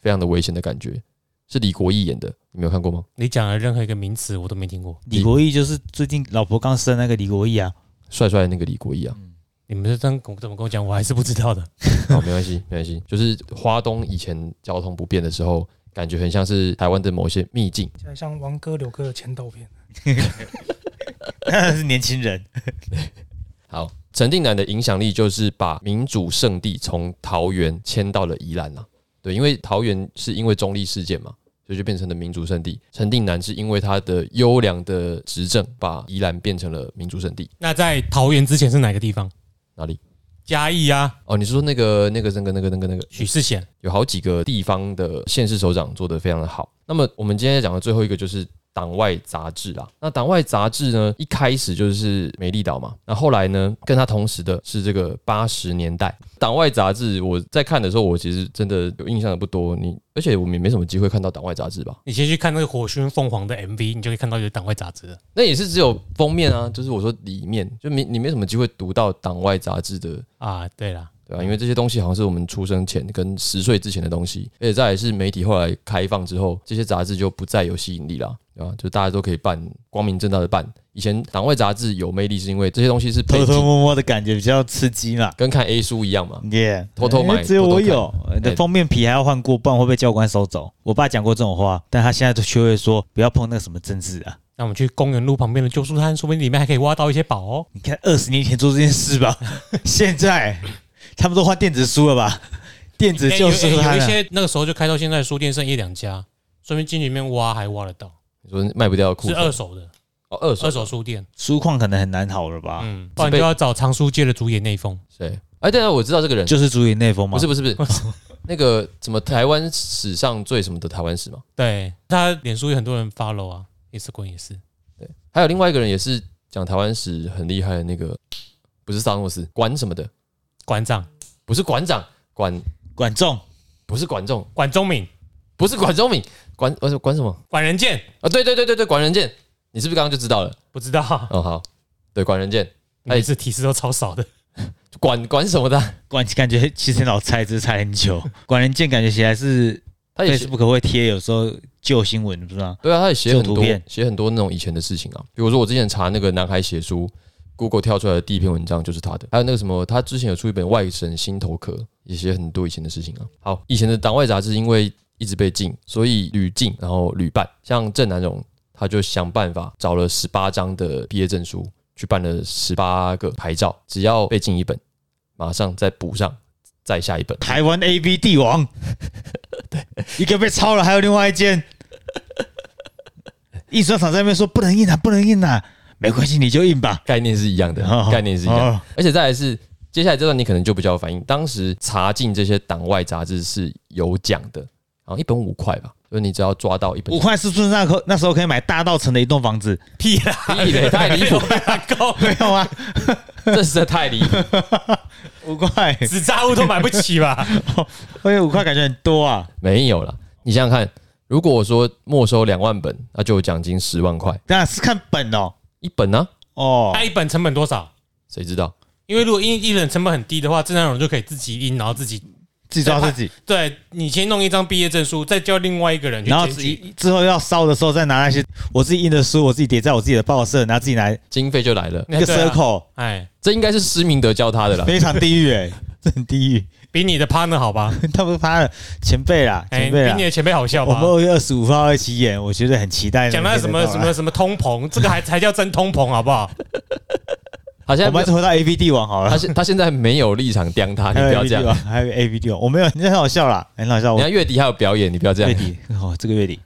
Speaker 1: 非常的危险的感觉。是李国毅演的，你没有看过吗？
Speaker 2: 你讲的任何一个名词我都没听过。
Speaker 3: 李国毅就是最近老婆刚生那个李国毅啊，
Speaker 1: 帅帅的那个李国毅啊，
Speaker 2: 你们是这样跟我怎么跟我讲，我还是不知道的。
Speaker 1: 好，没关系，没关系。就是花东以前交通不便的时候，感觉很像是台湾的某些秘境。
Speaker 4: 现在像王哥、刘哥的前导片，
Speaker 3: 那是年轻人。
Speaker 1: 好，陈定南的影响力就是把民主圣地从桃园迁到了宜兰啊。对，因为桃园是因为中立事件嘛，所以就变成了民主圣地。陈定南是因为他的优良的执政，把宜兰变成了民主圣地。
Speaker 2: 那在桃园之前是哪个地方？
Speaker 1: 哪里？
Speaker 2: 嘉义啊，
Speaker 1: 哦，你是说那个那个那个那个那个那个
Speaker 2: 许世贤。
Speaker 1: 有好几个地方的县市首长做得非常的好。那么我们今天讲的最后一个就是党外杂志啦。那党外杂志呢，一开始就是美丽岛嘛，那后来呢，跟它同时的是这个八十年代党外杂志。我在看的时候，我其实真的有印象的不多，你而且我们也没什么机会看到党外杂志吧？
Speaker 2: 你先去看那个火熏凤凰的 MV，你就可以看到有党外杂志了。
Speaker 1: 那也是只有封面啊，就是我说里面就没你没什么机会读到党外杂志的
Speaker 2: 啊，对啦，
Speaker 1: 对啊，因为这些东西好像是我们出生前跟十岁之前的东西，而且再来是媒体后来开放之后，这些杂志就不再有吸引力啦，对吧、就大家都可以办，光明正大的办。以前党外杂志有魅力，是因为这些东西是被
Speaker 3: 偷偷摸摸的感觉比较刺激嘛。
Speaker 1: 跟看 A 书一样嘛，
Speaker 3: 耶、
Speaker 1: 偷偷买
Speaker 3: 哎只有我有
Speaker 1: 偷。
Speaker 3: 你的
Speaker 1: 哎
Speaker 3: 封面皮还要换过，不然会被教官收走。我爸讲过这种话，但他现在都学会说不要碰那个什么政治啊。
Speaker 2: 那我们去公园路旁边的旧书摊，说不定里面还可以挖到一些宝哦。
Speaker 3: 你看二十年前做这件事吧， 现在他们都换电子书了吧？电子旧
Speaker 2: 哎
Speaker 3: 书
Speaker 2: 有有
Speaker 3: 摊
Speaker 2: 有一
Speaker 3: 了。
Speaker 2: 些那个时候就开到现在的书店剩一两家，说明进里面挖还挖得到，
Speaker 1: 你说卖不掉的裤
Speaker 2: 是
Speaker 1: 子
Speaker 2: 二手的，
Speaker 1: 哦，二手
Speaker 2: 二手书店。
Speaker 3: 书况可能很难好了吧？
Speaker 2: 嗯，不然就要找藏书界的竹野内丰。
Speaker 1: 谁？哎，对啊，我知道这个人，
Speaker 3: 就是主演内封吗？
Speaker 1: 不是不是不是， 那个什么台湾史上最什么的台湾史嘛，
Speaker 2: 对他脸书有很多人 follow 啊，Instagram 也是。
Speaker 1: 还有另外一个人也是讲台湾史很厉害的那个，不是萨诺斯管什么的，
Speaker 2: 馆长
Speaker 1: 不是馆长管，
Speaker 3: 管仲，
Speaker 1: 不是管仲。
Speaker 2: 管中敏、
Speaker 1: 不是管中敏，管管什管什么
Speaker 2: 管仁健，
Speaker 1: 啊？对对对对对，管仁健，你是不是刚刚就知道了？
Speaker 2: 不知道啊，
Speaker 1: 哦，好，对，管仁健，哎
Speaker 2: 每次提示都超少的。
Speaker 1: 管管什么的啊？
Speaker 3: 管感觉其实很好猜，只是猜很久。管人健感觉起来是
Speaker 1: 他也写
Speaker 3: Facebook 会贴，有时候旧新闻，不是吗？
Speaker 1: 对啊，他也写很
Speaker 3: 旧图
Speaker 1: 多
Speaker 3: 片
Speaker 1: 写很多那种以前的事情啊，比如说我之前查那个男孩写书，Google 跳出来的第一篇文章就是他的，还有那个什么，他之前有出一本《外省心头壳》，也写很多以前的事情啊。好，以前的党外杂志因为一直被禁，所以屡禁，然后屡办，像郑南荣。他就想办法找了十八张的毕业证书，去办了十八个牌照，只要被禁一本，马上再补上，再下一本。
Speaker 3: 台湾 A B 帝王，一个被抄了，还有另外一间，印刷厂在那边说不能印啊，不能印啊，没关系，你就印吧。
Speaker 1: 概念是一样的，概念是一样的。
Speaker 3: 哦
Speaker 1: 而且再来是接下来这段你可能就比较有反应。当时查禁这些党外杂志是有奖的，好像一本五块吧，就是你只要抓到一本
Speaker 3: 五块是不是那可那时候可以买大道城的一栋房子？
Speaker 2: 屁啦，
Speaker 1: 屁嘞太离谱
Speaker 2: 够
Speaker 3: 没有啊，
Speaker 1: 这实在太离谱。
Speaker 3: 五块，
Speaker 2: 纸扎物都买不起吧？
Speaker 3: 而且五块感觉很多啊。
Speaker 1: 没有啦，你想想看，如果我说没收两万本，那就有奖金十万块
Speaker 3: 当然是看本哦，
Speaker 1: 一本呢、啊
Speaker 3: 哦
Speaker 2: 他，一本成本多少？
Speaker 1: 谁知道？
Speaker 2: 因为如果印一人成本很低的话，正常人就可以自己印，然后自己
Speaker 3: 自己抓自己，
Speaker 2: 对你先弄一张毕业证书，再叫另外一个人哎去
Speaker 3: 然后
Speaker 2: 检
Speaker 3: 自
Speaker 2: 举，
Speaker 3: 己之后要烧的时候再拿那些我自己印的书，我自己叠在我自己的报社，拿自己拿一
Speaker 1: 经费就来了。
Speaker 2: 哎
Speaker 3: 个
Speaker 2: 对啊
Speaker 3: circle，
Speaker 2: 哎，啊
Speaker 1: 这应该是施明德教他的 啦。
Speaker 3: 非常地狱哎，这很地狱。
Speaker 2: 比你的 partner 好 吧？
Speaker 3: 他们发了前辈啦，
Speaker 2: 哎，
Speaker 3: 前
Speaker 2: 比
Speaker 3: 辈啦啊
Speaker 2: 你，的前辈好笑
Speaker 3: 我
Speaker 2: 吧
Speaker 3: 们？二月二十五号一起演，我觉得很期待。
Speaker 2: 讲到什么什
Speaker 3: 啊
Speaker 2: 么，什么通膨，这个 还才叫真通膨好不好？
Speaker 1: 他现
Speaker 3: 我
Speaker 1: 在
Speaker 3: 们还
Speaker 1: 没
Speaker 3: 是
Speaker 1: 有
Speaker 3: 回到 A V 帝王好
Speaker 1: 他
Speaker 3: 了。
Speaker 1: 现他现在没有立场刁
Speaker 2: 啊
Speaker 1: 他，你
Speaker 3: 哎还有啊
Speaker 1: 不要
Speaker 3: A
Speaker 1: 这
Speaker 3: V
Speaker 1: 样。
Speaker 3: 帝 王，还有 A V 帝王，我没有，你很好笑啦，很好
Speaker 1: 人
Speaker 3: 笑。我
Speaker 1: 家月底还有表演，你不要这
Speaker 3: 月
Speaker 1: 样。
Speaker 3: 底哦，这个月底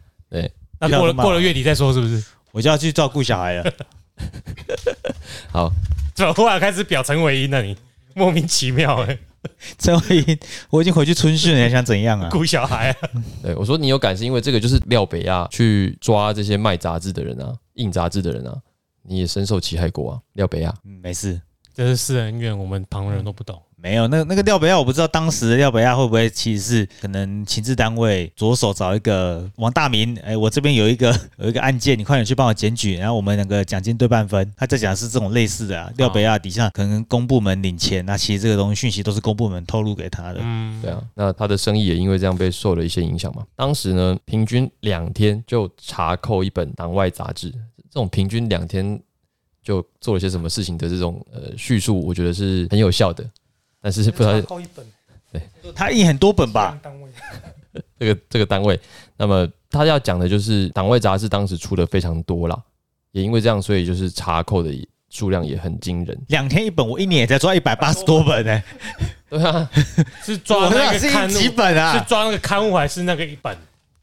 Speaker 2: 那
Speaker 3: 要
Speaker 2: 过了
Speaker 3: 骂
Speaker 2: 过了月底再说是不是？
Speaker 3: 我就要去照顾小孩 了。
Speaker 1: 好，
Speaker 2: 怎么忽然开始表陈伟英了？你莫名其妙哎，
Speaker 3: 陈慧英，我已经回去春训了，你还想怎样 啊？
Speaker 2: 顾小孩啊，
Speaker 1: 对我说你有感是因为这个就是廖北亚去抓这些卖杂志的人啊，印杂志的人啊，你也深受其害过啊，廖北亚。
Speaker 3: 嗯，没事，
Speaker 2: 这是私人院，我们旁人都不懂。
Speaker 3: 没有。那那个廖北亚，我不知道当时的廖北亚会不会其实是可能情治单位左手找一个王大明，哎，我这边有一个 有一个案件，你快点去帮我检举，然后我们两个奖金对半分。他在讲的是这种类似的啊，廖北亚底下可能公部门领钱，那其实这个东西讯息都是公部门透露给他的。
Speaker 2: 嗯，
Speaker 1: 对啊，那他的生意也因为这样被受了一些影响嘛。当时呢，平均两天就查扣一本党外杂志，这种平均两天就做了些什么事情的这种呃叙述，我觉得是很有效的。但是不知道
Speaker 4: 查高一本
Speaker 3: 他印很多本
Speaker 4: 计
Speaker 3: 吧
Speaker 4: 量？单位，
Speaker 1: 这个这个单位，那么他要讲的就是党外杂志当时出的非常多啦，也因为这样，所以就是查扣的数量也很惊人。
Speaker 3: 两天一本，我一年也才抓一百八十多本呢、
Speaker 1: 对啊，
Speaker 2: 是抓
Speaker 3: 我
Speaker 2: 那
Speaker 3: 那
Speaker 2: 个
Speaker 3: 是
Speaker 2: 刊
Speaker 3: 印
Speaker 2: 物，
Speaker 3: 几
Speaker 2: 是
Speaker 3: 本啊？
Speaker 2: 抓那个刊物还是那个一本？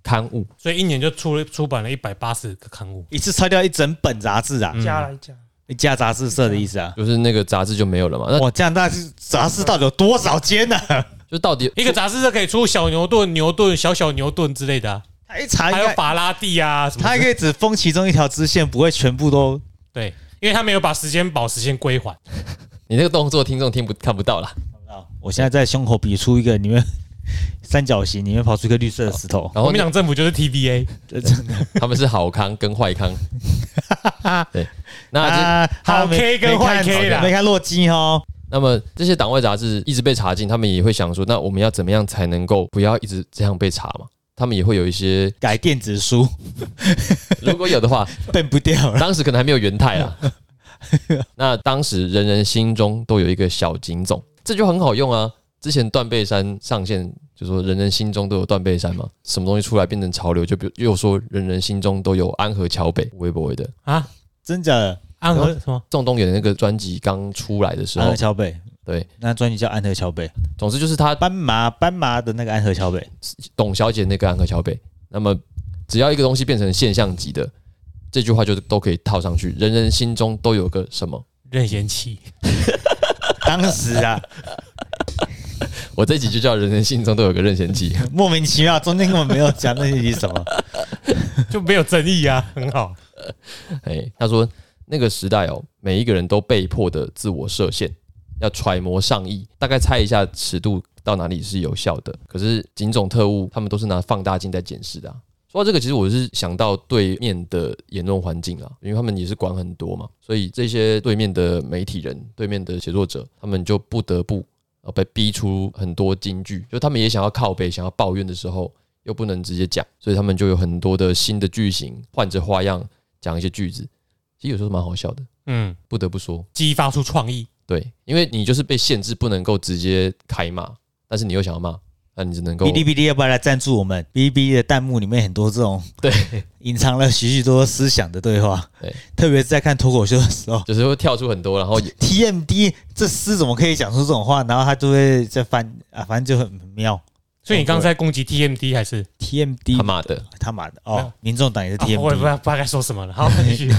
Speaker 1: 刊物
Speaker 2: 所以一年就出了出版了一百八十个刊物。
Speaker 3: 一次拆掉一整本杂志啊，
Speaker 2: 嗯
Speaker 4: 加来加，
Speaker 3: 一家杂志社的意思啊。
Speaker 1: 就是那个杂志就没有了
Speaker 2: 呃
Speaker 1: 嘛。那
Speaker 3: 哇，这样那是杂志到底有多少间 呢、啊？
Speaker 1: 就到底
Speaker 2: 一个杂志社可以出小牛顿、牛顿、小小牛顿之类的啊、
Speaker 3: 他一查应
Speaker 2: 还有
Speaker 3: 该，
Speaker 2: 法拉第啊什么
Speaker 3: 他
Speaker 2: 的。
Speaker 3: 应该只封其中一条支线，不会全部都。
Speaker 2: 对，因为他没有把时间宝时间归还。
Speaker 1: 你那个动作，听众听不看不到 啦。
Speaker 3: 我现在在胸口比出一个里面三角形，里面跑出一个绿色的石头，
Speaker 1: 然
Speaker 2: 国
Speaker 1: 后
Speaker 2: 民党政府就是 TVA，
Speaker 1: 他们是好康跟坏 康，对，那这、
Speaker 3: 啊，
Speaker 2: 好
Speaker 3: 他没
Speaker 2: K 跟
Speaker 3: 没看
Speaker 2: 坏 K 啦
Speaker 3: 没看洛基哦，
Speaker 1: 那么这些党外杂志一直被查禁，他们也会想说，那我们要怎么样才能够不要一直这样被查嘛？他们也会有一 些，
Speaker 3: 改电子书
Speaker 1: 如果有的话，
Speaker 3: 变不 掉了。
Speaker 1: 当时可能还没有元泰啊。那当时人人心中都有一个小警总，这就很好用啊。之前断背山上线就说人人心中都有断背山嘛，什么东西出来变成潮流，就比如又说人人心中都有安河桥北，微博的
Speaker 2: 啊，
Speaker 3: 真假的？
Speaker 2: 安和什么？
Speaker 1: 仲东远的那个专辑刚出来的时
Speaker 2: 哦
Speaker 3: 安
Speaker 1: 候
Speaker 3: 河，桥北，
Speaker 1: 对，
Speaker 3: 那专辑叫《安河桥北》，
Speaker 1: 总之就是他
Speaker 3: 斑马斑马的那个安河桥北，
Speaker 1: 董小姐那个安河桥北。那么，只要一个东西变成现象级的，这句话就都可以套上去。人人心中都有个什么？
Speaker 2: 任贤齐，
Speaker 3: 当时啊，
Speaker 1: 我这一集就叫人人心中都有个任贤齐。
Speaker 3: 莫名其妙，中间根本没有讲那些什么。
Speaker 2: 就没有争议啊，很好。
Speaker 1: 哎，他说那个时代哦，每一个人都被迫的自我设限，要揣摩上意，大概猜一下尺度到哪里是有效的。可是警种特务他们都是拿放大镜在检视的、啊。说到这个，其实我是想到对面的言论环境啊，因为他们也是管很多嘛，所以这些对面的媒体人、对面的写作者，他们就不得不呃被逼出很多金句，就他们也想要靠背、想要抱怨的时候，又不能直接讲，所以他们就有很多的新的句型，换着花样讲一些句子，其实有时候蛮好笑的，
Speaker 2: 嗯，
Speaker 1: 不得不说，
Speaker 2: 激发出创意，
Speaker 1: 对，因为你就是被限制不能够直接开骂，但是你又想要骂，那你只能够
Speaker 3: 哔哩哔哩要不要来赞助我们？哔哩哔哩的弹幕里面很多这种
Speaker 1: 对，
Speaker 3: 隐藏了许许多多思想的对话，
Speaker 1: 对
Speaker 3: 特别是在看脱口秀的时候
Speaker 1: 就是会跳出很多，然后也
Speaker 3: ，TMD 这诗怎么可以讲出这种话？然后他就会在翻啊，反正就很妙。
Speaker 2: 所以你刚才攻击 TMD 还是？
Speaker 1: 他
Speaker 3: TMD
Speaker 1: 妈的，
Speaker 3: 他妈的
Speaker 2: 没
Speaker 3: 哦
Speaker 2: 有，
Speaker 3: 民众党也是
Speaker 2: 啊我也不知
Speaker 3: TMD，
Speaker 2: 道不知道该说什么了。好，继 续。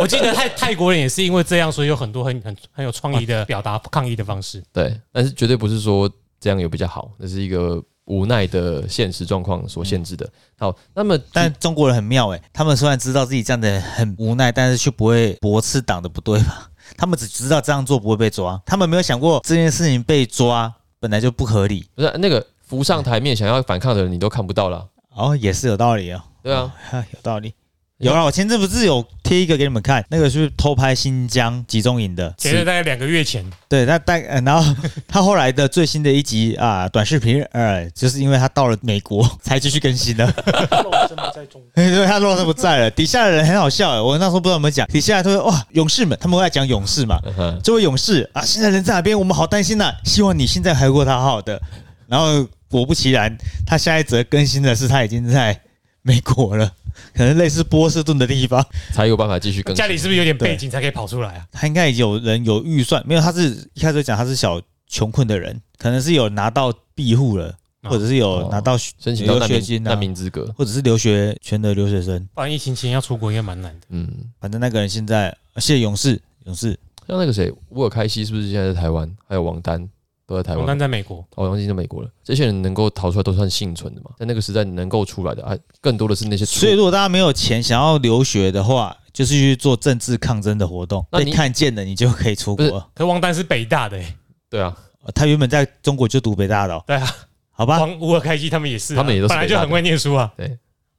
Speaker 2: 我记得泰泰国人也是因为这样，所以有很多很很很有创意的表达抗议的方式。
Speaker 1: 对，但是绝对不是说这样有比较好，那是一个无奈的现实状况所限制的。好，那么
Speaker 3: 嗯但中国人很妙诶、欸他们虽然知道自己这样的很无奈，但是却不会驳斥党的不对吧？ 他们只知道这样做不会被抓，他们没有想过这件事情被抓本来就不合理。
Speaker 1: 不是那个
Speaker 3: 嗯
Speaker 1: 浮上台面想要反抗的人，你都看不到了，
Speaker 3: 哦，也是有道理哦，
Speaker 1: 对啊，
Speaker 3: 有道理。有啦，我前阵不是有贴一个给你们看，那个是偷拍新疆集中营的，
Speaker 2: 前在大概两个月前，
Speaker 3: 对，那但、呃然后他后来的最新的一集啊、短视频，呃，就是因为他到了美国才继续更新的，
Speaker 4: 肉真的在中国，
Speaker 3: 因为他落他不在了。底下的人很好笑、欸，我那时候不知道怎么讲，底下他说哇，勇士们，他们会在讲勇士嘛，
Speaker 1: 嗯哼
Speaker 3: 这位勇士啊，现在人在哪边？我们好担心呐、啊希望你现在还过他好的。然后果不其然，他下一则更新的是他已经在美国了，可能类似波士顿的地方。
Speaker 1: 才有办法继续 更新
Speaker 2: 家里是不是有点背景才可以跑出来啊？
Speaker 3: 他应该有人有预算，没有？他是一开始讲他是小穷困的人，可能是有拿到庇护了，
Speaker 2: 哦
Speaker 3: 或者是有拿到
Speaker 1: 申请到
Speaker 3: 留
Speaker 1: 难
Speaker 3: 学
Speaker 1: 民
Speaker 3: 金啊
Speaker 1: 难民资格。
Speaker 3: 或者是留学全的留学生。
Speaker 2: 不然疫情前要出国应该蛮难的。
Speaker 1: 嗯，
Speaker 3: 反正那个人现在哦谢谢勇士，勇士
Speaker 1: 像那个谁，乌尔开西是不是现在在台湾？还有王丹都在台
Speaker 2: 我
Speaker 1: 湾
Speaker 2: 刚。在美国，
Speaker 1: 哦，王丹在美国了。这些人能够逃出来都算幸存的嘛？在那个时代能够出来的，啊，更多的是那些出
Speaker 3: 所以，如果大家没有钱想要留学的话，就是去做政治抗争的活动，
Speaker 1: 那你
Speaker 3: 被看见了，你就可以出国
Speaker 1: 不
Speaker 3: 了。
Speaker 2: 可是王丹是北大的、欸，
Speaker 1: 对啊，
Speaker 3: 呃他原本在中国就读北大的、哦，
Speaker 2: 对啊，
Speaker 3: 好吧？
Speaker 2: 王乌尔开基他们也是啊、
Speaker 1: 他们也都是
Speaker 2: 本来就很会念书啊。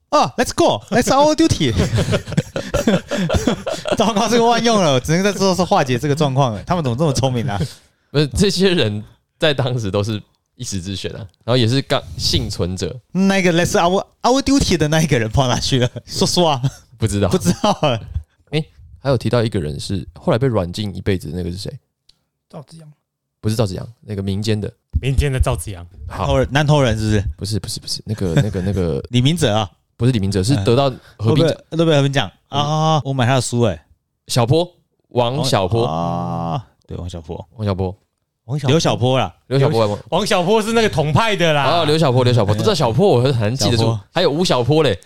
Speaker 3: 啊、l e t s go，Let's our duty。糟糕，这个万用了，只能在做是化解这个状况了。他们怎么这么聪明啊？
Speaker 1: 不是这些人在当时都是一时之选啊，然后也是刚幸存者，
Speaker 3: 那个 Let's our our duty 的那一个人跑哪去 了？说说啊，
Speaker 1: 不知道
Speaker 3: 不。知道了。
Speaker 1: 还有提到一个人是后来被软禁一辈子的那个是谁？
Speaker 4: 照这样，
Speaker 1: 不是赵子阳，那个民间的。
Speaker 2: 明天的赵子阳，
Speaker 3: 南
Speaker 1: 好
Speaker 3: 投，人，南投人是不是？
Speaker 1: 不是不是不是那个那 个那个
Speaker 3: 李明哲啊，哦
Speaker 1: 不是李明哲，是得到和
Speaker 3: 会不
Speaker 1: 平
Speaker 3: 会会不会和平奖
Speaker 1: 嗯
Speaker 3: 啊？我买他的书哎，
Speaker 1: 小坡王小坡
Speaker 3: 啊，对，王小波，
Speaker 1: 王小坡
Speaker 2: 王小
Speaker 3: 刘小波啦，
Speaker 1: 刘小波
Speaker 2: 王小波是那个统派的啦。
Speaker 1: 啊刘小坡刘
Speaker 2: 哎
Speaker 1: 小坡，这小坡我很难记得住
Speaker 3: 小坡，
Speaker 1: 还有吴小坡嘞，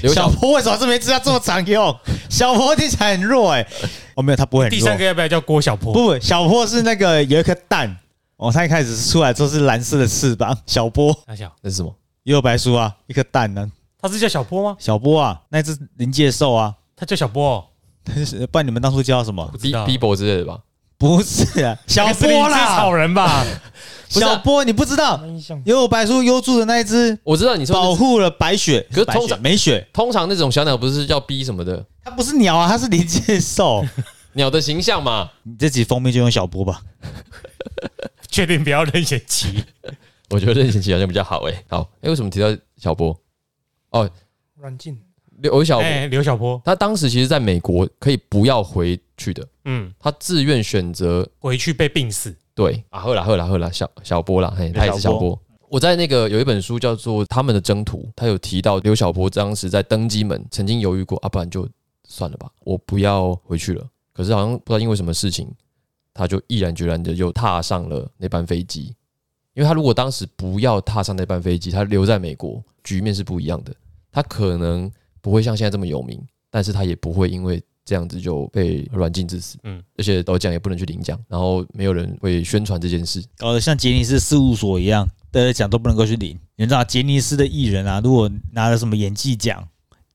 Speaker 1: 刘
Speaker 3: 小
Speaker 1: 小
Speaker 3: 波为什么这名字要这么常 用？小波听起来很弱哎、哦，没有，他不会很弱。
Speaker 2: 第三个要不要叫郭小波？
Speaker 3: 不不，小波是那个有一颗蛋哦，他一开始出来之后是蓝色的翅膀。小波
Speaker 2: 大小，
Speaker 1: 那是什么？
Speaker 3: 也有白书啊，一颗蛋呢、
Speaker 2: 他是叫小波吗？
Speaker 3: 小波啊，那只临界兽啊，
Speaker 2: 他叫小波、哦，
Speaker 3: 不然你们当初叫什么
Speaker 2: 不？知
Speaker 1: B
Speaker 2: 道。
Speaker 1: B 博之类的吧？
Speaker 3: 不是啊， 小
Speaker 2: 那
Speaker 3: 波
Speaker 2: 个是灵芝
Speaker 3: 啦
Speaker 2: 草，人吧？
Speaker 1: 不是啊
Speaker 3: 小波你不知道，
Speaker 4: 那印象
Speaker 3: 有白书优助的那一只
Speaker 1: 我知道你说
Speaker 3: 保
Speaker 1: 的是，
Speaker 3: 护了白雪，
Speaker 1: 可是
Speaker 3: 白雪
Speaker 1: 通常
Speaker 3: 没雪，
Speaker 1: 通常那种小鸟不是叫 B 什么的
Speaker 3: 它不是鸟啊，它是临界兽。
Speaker 1: 鸟的形象嘛？
Speaker 3: 你这集封面就用小波吧。
Speaker 2: 确定不要任贤齐？
Speaker 1: 我觉得任贤齐好像比较好诶。好，哎、为什么提到小波？
Speaker 4: 软禁，
Speaker 1: 刘小波，
Speaker 2: 哎，刘小波，
Speaker 1: 他当时其实在美国可以不要回去的，
Speaker 2: 嗯，
Speaker 1: 他自愿选择
Speaker 2: 回去被病死，
Speaker 1: 对啊，赫啦赫啦赫啦，小小波啦，嘿，
Speaker 3: 对
Speaker 1: 他也是小
Speaker 3: 小波
Speaker 1: 波。我在那个有一本书叫做《他们的征途》，他有提到刘小波当时在登机门曾经犹豫过，啊，不然就算了吧，我不要回去了。可是好像不知道因为什么事情，他就毅然决然的又踏上了那班飞机。因为他如果当时不要踏上那班飞机，他留在美国，局面是不一样的。他可能不会像现在这么有名，但是他也不会因为这样子就被软禁致死。
Speaker 2: 嗯
Speaker 1: 嗯，而且得奖也不能去领奖，然后没有人会宣传这件事。
Speaker 3: 搞得像杰尼斯事务所一样，大家讲都不能够去领。你知道杰尼斯的艺人啊，如果拿了什么演技奖、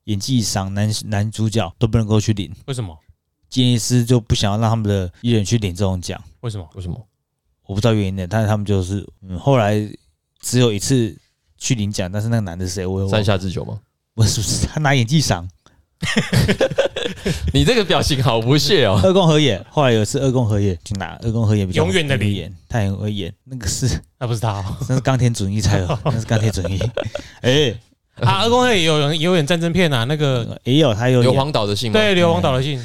Speaker 3: 演技赏、男男主角都不能够去领，
Speaker 2: 为什么？
Speaker 3: 杰尼斯就不想要让他们的艺人去领这种奖。
Speaker 2: 为什么？
Speaker 1: 为什么？
Speaker 3: 我不知道原因的，但是他们就是，嗯，后来只有一次去领奖，但是那个男的是谁，我也忘
Speaker 1: 山
Speaker 3: 了，
Speaker 1: 下智久吗？
Speaker 3: 不是不是，他拿演技赏，
Speaker 1: 你这个表情好不屑哦。
Speaker 3: 二宫和也，后来有一次二宫和也去拿，二宫和也比较
Speaker 2: 永远的领
Speaker 3: 演，他很会演，那个是
Speaker 2: 那不是他 哦
Speaker 3: 那是钢铁准一才有，那是钢铁准一， 哎、
Speaker 2: 啊！二宫也有人也有演战争片啊，那个
Speaker 3: 也有他 有
Speaker 1: 硫
Speaker 3: 演。
Speaker 1: 磺岛的信吗？
Speaker 2: 对刘皇岛的信，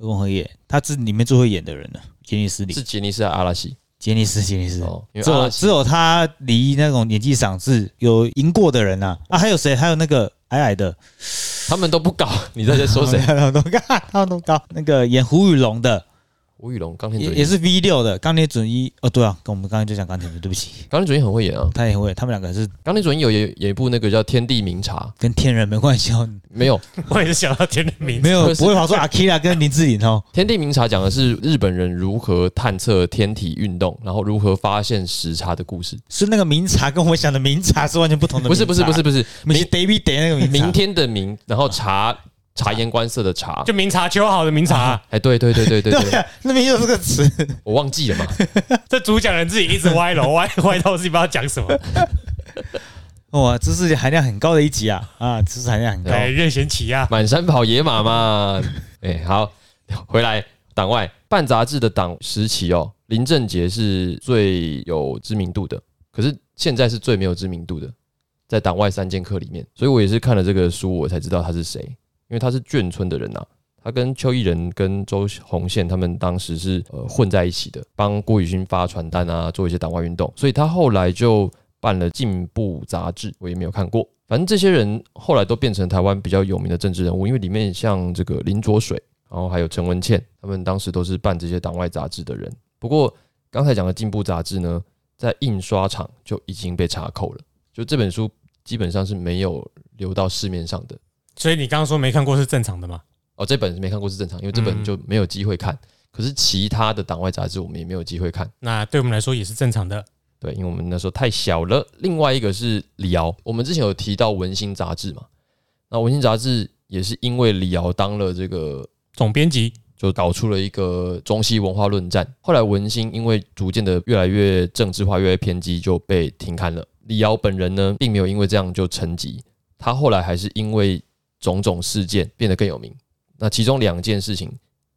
Speaker 3: 二宫和也，他是里面最会演的人了。杰尼斯里
Speaker 1: 是，杰尼斯还是阿拉西
Speaker 3: 杰尼斯，杰尼斯，
Speaker 1: 哦，因为
Speaker 3: 只
Speaker 1: 阿
Speaker 3: 有
Speaker 1: 拉
Speaker 3: 只
Speaker 1: 西
Speaker 3: 有他离那种演技赏是有赢过的人啊啊，还有谁？还有那个矮矮的，？
Speaker 1: 他们都不搞， 你在这说谁
Speaker 3: 他们都高，他们都高。那个演胡宇龙的，
Speaker 1: 吴宇龙、钢铁
Speaker 3: 也
Speaker 1: 准
Speaker 3: 也
Speaker 1: 一，
Speaker 3: 是 V 六的钢铁准一。哦，对啊，跟我们刚才就讲钢铁准一，对不起，
Speaker 1: 钢铁准一很会演啊。
Speaker 3: 他也会，他们两个是
Speaker 1: 钢铁准一有演演一部那个叫《天地明察
Speaker 3: 跟天人没关系 哦，》，
Speaker 1: 没有，《
Speaker 2: 我也是想到天人名字
Speaker 3: 没有
Speaker 1: 可是
Speaker 3: 不会跑出阿 k i r a 跟林志玲哦。
Speaker 1: 天地明察》讲的是日本人如何探测天体运动，然后如何发现时差的故事。
Speaker 3: 是那个明察跟我想的明察是完全不同的
Speaker 1: 不
Speaker 3: 明
Speaker 1: 是
Speaker 3: 察。
Speaker 1: 不是不是不是，
Speaker 3: 不是
Speaker 1: 明
Speaker 3: David Day 那个明察
Speaker 1: 明天的明，然后察察言观色的察
Speaker 2: 就。明察秋毫的明察啊，
Speaker 1: 哎，对对对对 对
Speaker 3: 对
Speaker 1: 对，
Speaker 3: 啊，那明就是个词。
Speaker 1: 我忘记了嘛。
Speaker 2: 这主讲人自己一直歪楼，歪歪到自己不知道讲什么。
Speaker 3: 哇，知识含量很高的一集啊啊，知识含量很高。
Speaker 2: 对，任贤齐啊，
Speaker 1: 满山跑野马嘛。哎、好，回来党外办杂志的党时期哦，林正杰是最有知名度的，可是现在是最没有知名度的，在党外三剑客里面，所以我也是看了这个书，我才知道他是谁，因为他是眷村的人呐、他跟邱毅人跟周鸿宪他们当时是呃混在一起的，帮郭雨欣发传单啊，做一些党外运动，所以他后来就办了《进步》杂志，我也没有看过。反正这些人后来都变成台湾比较有名的政治人物，因为里面像这个林卓水，然后还有陈文茜，他们当时都是办这些党外杂志的人。不过刚才讲的《进步》杂志呢，在印刷厂就已经被查扣了，就这本书基本上是没有流到市面上的。
Speaker 2: 所以你刚刚说没看过是正常的嘛？
Speaker 1: 哦，这本没看过是正常，因为这本
Speaker 2: 嗯
Speaker 1: 就没有机会看。可是其他的党外杂志我们也没有机会看，
Speaker 2: 那对我们来说也是正常的。
Speaker 1: 对，因为我们那时候太小了。另外一个是李敖，我们之前有提到文心杂志嘛，那文心杂志也是因为李敖当了这个
Speaker 2: 总编辑
Speaker 1: 就搞出了一个中西文化论战。后来文心因为逐渐的越来越政治化、越来越偏激，就被停刊了。李敖本人呢，并没有因为这样就沉寂，他后来还是因为种种事件变得更有名。那其中两件事情，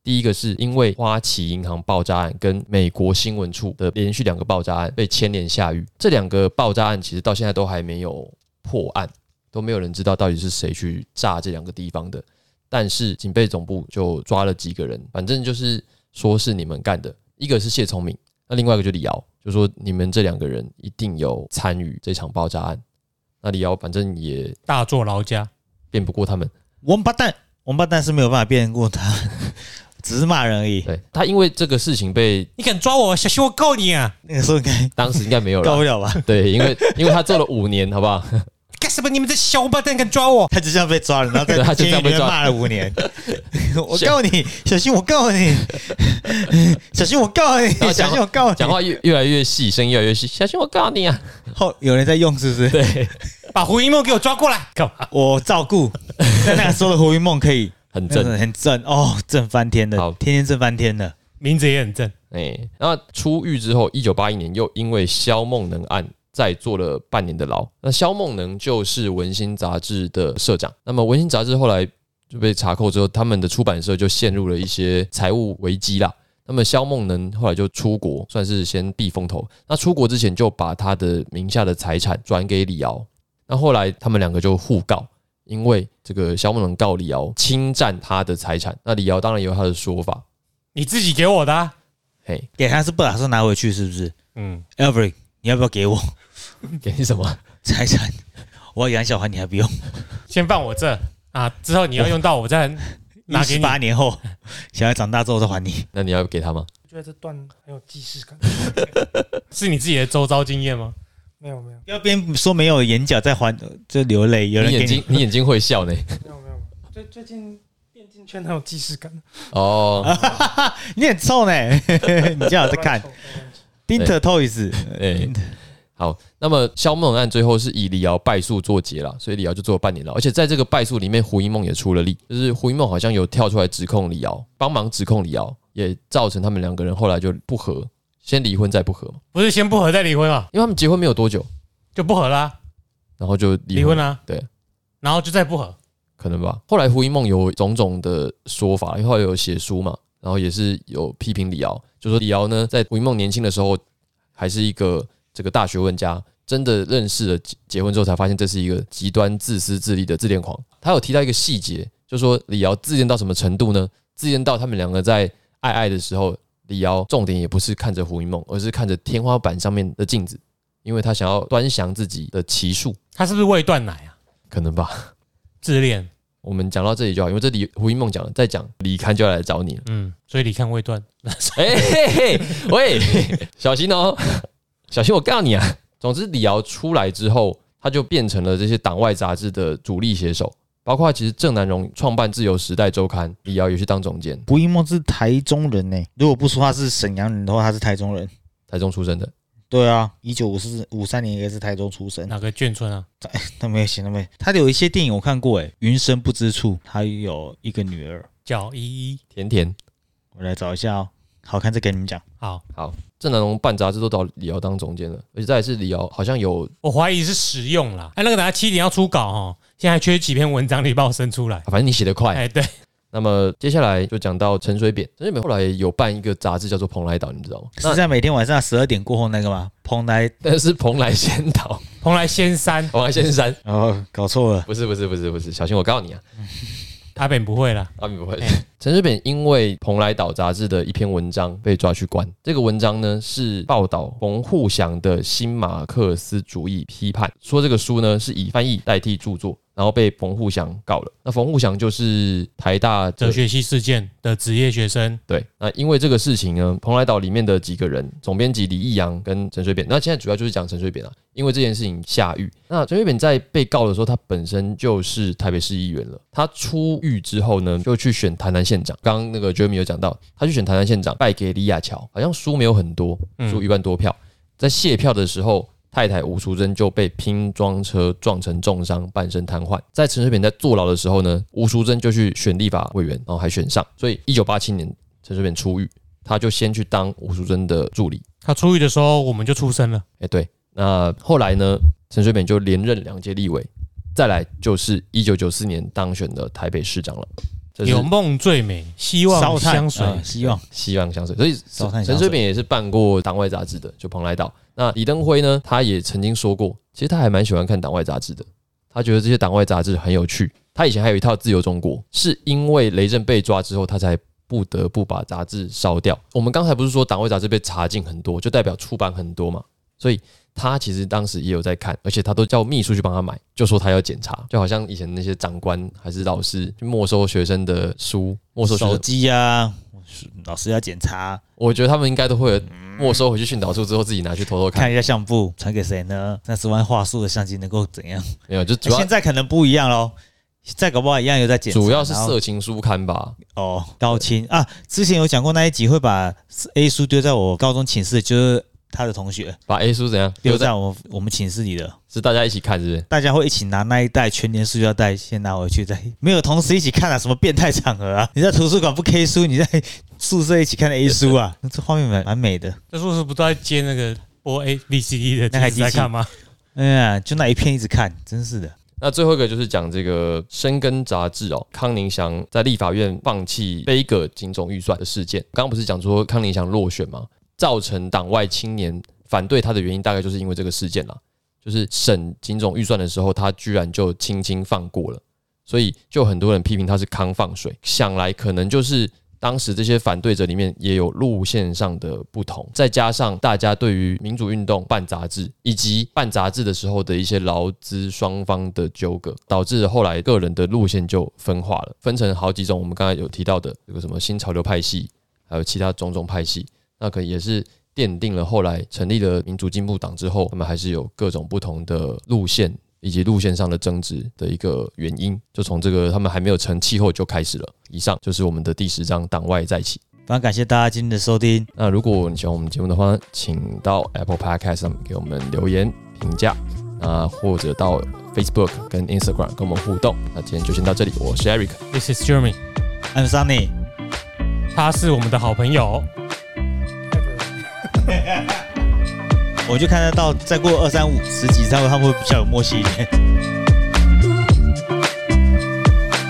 Speaker 1: 第一个是因为花旗银行爆炸案跟美国新闻处的连续两个爆炸案被牵连下狱，这两个爆炸案其实到现在都还没有破案，都没有人知道到底是谁去炸这两个地方的。但是警备总部就抓了几个人，反正就是说是你们干的，一个是谢聪明，那另外一个就李敖，就说你们这两个人一定有参与这场爆炸案。那李敖反正也
Speaker 2: 大作劳驾，
Speaker 1: 辩不过他们，
Speaker 3: 王八蛋，王八蛋是没有办法辩过他， 只是骂人而已。
Speaker 1: 对他因为这个事情被
Speaker 2: 你敢抓我，小心我告你啊！
Speaker 3: 那个时候应该
Speaker 1: 当时应该没 有
Speaker 3: 告
Speaker 1: 了，
Speaker 3: 不了吧？
Speaker 1: 对，因为因为他做了五年，好不好？
Speaker 2: 干什么？你们这小王八蛋敢抓我？
Speaker 3: 他就这样被抓了，然后
Speaker 1: 对他就
Speaker 3: 在
Speaker 1: 这
Speaker 3: 监狱
Speaker 1: 样
Speaker 3: 里
Speaker 1: 被
Speaker 3: 面
Speaker 1: 抓
Speaker 3: 骂了 五年。我告你，小心我告你，小心我告你，
Speaker 1: 后
Speaker 3: 小
Speaker 1: 讲话
Speaker 3: 心我告你。
Speaker 1: 讲话越越来越细，声音越来越细，小心我告你啊！
Speaker 3: 后有人在用是不是？
Speaker 1: 对，
Speaker 2: 把胡一梦给我抓过来！干嘛？
Speaker 3: 我照顾。在那个时候的胡云梦可以
Speaker 1: 很
Speaker 3: 真
Speaker 1: 正
Speaker 3: 的很正哦，正翻天的
Speaker 1: 好，
Speaker 3: 天天正翻天的。
Speaker 2: 名字也很正，
Speaker 1: 哎、然后出狱之后，一九八一年又因为肖梦能案再坐了半年的牢。那肖梦能就是《文心》杂志的社长。那么《文心》杂志后来就被查扣之后，他们的出版社就陷入了一些财务危机啦。那么肖梦能后来就出国，算是先避风头。那出国之前就把他的名下的财产转给李敖。那后来他们两个就互告，因为这个肖梦能告李敖侵占他的财产。那李敖当然也有他的说法，
Speaker 2: 你自己给我的、啊。
Speaker 1: 嘿，
Speaker 3: 给他是不打算拿回去是不是
Speaker 2: 嗯，
Speaker 3: ？Every，你要不要给我
Speaker 1: 给你什么？
Speaker 3: 财产？我要养小孩，你还不用。
Speaker 2: 先放我这啊，之后你要用到我再拿给
Speaker 3: 十
Speaker 2: 你。
Speaker 3: 八年后，小孩长大之后再还你。
Speaker 1: 那你要给他吗？
Speaker 4: 我觉得这段很有既视感。
Speaker 2: 是你自己的周遭经验吗？
Speaker 4: 没有没有
Speaker 3: 不要边说没有眼角再还就流泪，有人
Speaker 1: 你
Speaker 3: 给
Speaker 1: 眼
Speaker 3: 你
Speaker 1: 睛你眼睛会 笑呢？
Speaker 4: 没有没有，最最近电竞圈很有既视感。
Speaker 3: 啊
Speaker 1: 哦，
Speaker 3: 你很臭呢、 你最好在 看
Speaker 4: 乱凑乱凑
Speaker 3: Pinter Toys，
Speaker 1: 哎，好，那么肖梦案最后是以李敖败诉作结了，所以李敖就坐了半年牢，而且在这个败诉里面，胡一梦也出了力，就是胡一梦好像有跳出来指控李敖，帮忙指控李敖，也造成他们两个人后来就不和，先离婚再不和嘛，
Speaker 2: 不是先不和再离婚啊，
Speaker 1: 因为他们结婚没有多久，
Speaker 2: 就不和啦、
Speaker 1: 然后就
Speaker 2: 离
Speaker 1: 离
Speaker 2: 婚
Speaker 1: 婚，
Speaker 2: 啦、
Speaker 1: 对，
Speaker 2: 然后就再不和。
Speaker 1: 可能吧。后来胡一梦有种种的说法，因为后来有写书嘛，然后也是有批评李敖，就说李敖呢，在胡一梦年轻的时候还是一个这个大学问家，真的认识了结结婚之后才发现这是一个极端自私自利的自恋狂。他有提到一个细节，就说李敖自恋到什么程度呢？自恋到他们两个在爱爱的时候，李敖重点也不是看着胡一梦，而是看着天花板上面的镜子，因为他想要端详自己的奇数，
Speaker 2: 他是不是未断奶啊？
Speaker 1: 可能吧。
Speaker 2: 自恋，
Speaker 1: 我们讲到这里就好，因为这里胡一梦讲了，再讲李刊就要来找你了。
Speaker 2: 嗯，所以你看未断，
Speaker 1: 哎、嘿嘿，喂， 小心哦，小心我告你啊！总之，李敖出来之后，他就变成了这些党外杂志的主力写手，包括其实郑南荣创办《自由时代周刊》，李敖也去当总监，
Speaker 3: 胡一梦是台中人呢、如果不说他是沈阳人的话，他是台中人。
Speaker 1: 台中出生的。
Speaker 3: 对啊，一九五四五三年应该是台中出生。
Speaker 2: 哪个眷村啊？
Speaker 3: 他没有写，他没有。他有一些电影我看过、诶，云深不知处》，他有一个女儿。
Speaker 2: 叫依依。
Speaker 1: 甜甜，
Speaker 3: 我来找一下哦，好看再给你们讲。
Speaker 2: 好，
Speaker 1: 好，郑南龙办杂志都找李敖当总监了，而且再来是李敖好像有，
Speaker 2: 我怀疑是实用啦。哎、那个等下七点要出稿哦，现在还缺几篇文章，你把我生出来。
Speaker 1: 反正你写得快。
Speaker 2: 哎，对，
Speaker 1: 那么接下来就讲到陈水扁，陈水扁后来有办一个杂志叫做《蓬莱岛》，你知道吗？
Speaker 3: 是
Speaker 1: 那
Speaker 3: 在每天晚上十二点过后那个吗？蓬莱
Speaker 1: 但是蓬莱仙岛，
Speaker 2: 蓬莱仙山，
Speaker 1: 蓬莱仙山，
Speaker 3: 哦，搞错了，
Speaker 1: 不是不是不是不是，小心我告诉你啊，
Speaker 2: 阿本不会啦。
Speaker 1: 阿明不会
Speaker 2: 哎。
Speaker 1: 陈水扁因为《蓬莱岛》杂志的一篇文章被抓去关。这个文章呢是报道冯沪祥的新马克思主义批判，说这个书呢是以翻译代替著作，然后被冯沪祥告了。那冯沪祥就是台大
Speaker 2: 哲学系事件的职业学生，
Speaker 1: 对，那因为这个事情呢，蓬莱岛里面的几个人，总编辑李义阳跟陈水扁，那现在主要就是讲陈水扁啊，因为这件事情下狱。那陈水扁在被告的时候，他本身就是台北市议员了。他出狱之后呢，就去选台南县长。刚刚那个 Jeremy 有讲到，他去选台南县长，败给李亚乔，好像输没有很多，输一万多票。在卸票的时候，太太吴淑珍就被拼装车撞成重伤，半身瘫痪。在陈水扁在坐牢的时候呢，吴淑珍就去选立法委员，然后还选上。所以一九八七年陈水扁出狱，他就先去当吴淑珍的助理。
Speaker 2: 他出狱的时候我们就出生了。
Speaker 1: 哎、对，那后来呢，陈水扁就连任两届立委，再来就是一九九四年当选的台北市长了。这是
Speaker 2: 有梦最美，希望
Speaker 3: 烧炭
Speaker 2: 香水。
Speaker 3: 呃希望
Speaker 1: 希望香水，所以
Speaker 3: 烧炭香水
Speaker 1: 陈水扁也是办过党外杂志的，就蓬莱岛。那李登辉呢，他也曾经说过，其实他还蛮喜欢看党外杂志的，他觉得这些党外杂志很有趣。他以前还有一套《自由中国》，是因为雷震被抓之后，他才不得不把杂志烧掉。我们刚才不是说党外杂志被查禁很多，就代表出版很多嘛，所以。他其实当时也有在看，而且他都叫秘书去帮他买，就说他要检查，就好像以前那些长官还是老师去没收学生的书、没收学生
Speaker 3: 手
Speaker 1: 的
Speaker 3: 机啊，老师要检查，
Speaker 1: 我觉得他们应该都会有没收回去训导处之后自己拿去偷偷看，
Speaker 3: 看一下相簿，传给谁呢？三十万画素的相机能够怎样？
Speaker 1: 没有，就主要
Speaker 3: 哎现在可能不一样喽，现在搞不好一样有在检查，
Speaker 1: 主要是
Speaker 3: 然后
Speaker 1: 色情书刊吧。
Speaker 3: 哦，高清啊！之前有讲过那一集会把 A 书丢在我高中寝室，就是他的同学
Speaker 1: 把 A 书怎样
Speaker 3: 丢在我们我们寝室里的，
Speaker 1: 是大家一起看，是不是？
Speaker 3: 大家会一起拿那一袋全年塑胶袋先拿回去，再 没有同时一起看啊，什么变态场合啊？你 在图书馆不 K 书，你在宿舍一起看 A 书啊？那这画面蛮蛮美的。
Speaker 2: 这是不是不都在接那个播 A B C D 的
Speaker 3: 那台
Speaker 2: 机子在
Speaker 3: 机器
Speaker 2: 干嘛？
Speaker 3: 哎呀，就那一片一直看，真是的。
Speaker 1: 那最后一个就是讲这个《深耕》杂志哦，康宁祥在立法院放弃杯葛警总预算的事件。刚刚不是讲说康宁祥落选吗？造成党外青年反对他的原因，大概就是因为这个事件啦。就是审警总预算的时候，他居然就轻轻放过了，所以就很多人批评他是康放水。想来可能就是当时这些反对者里面也有路线上的不同，再加上大家对于民主运动办杂志以及办杂志的时候的一些劳资双方的纠葛，导致后来个人的路线就分化了，分成好几种。我们刚才有提到的这个什么新潮流派系，还有其他种种派系，那可能也是奠定了后来成立了民主进步党之后，他们还是有各种不同的路线以及路线上的争执的一个原因，就从这个他们还没有成气候就开始了。以上就是我们的第十章党外再起。
Speaker 3: 非常感谢大家今天的收听，
Speaker 1: 那如果你喜欢我们节目的话，请到 Apple Podcast 上面给我们留言评价，啊，或者到 Facebook 跟 Instagram 跟我们互动。那今天就先到这里，我是 Eric，
Speaker 2: This is Jeremy，
Speaker 3: I'm Sunny。
Speaker 2: 他是我们的好朋友。
Speaker 3: 我就看得到，再过二三五十集之后，他们会比较有默契一点。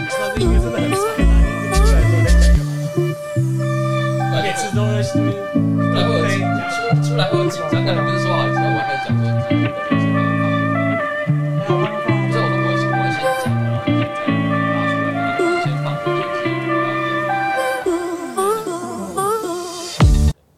Speaker 4: 这音乐真的很长，你出来的时候再讲就好。每次都在这边
Speaker 1: 出来后紧张，那你不是说好，我还讲说，不是我，我先我先讲。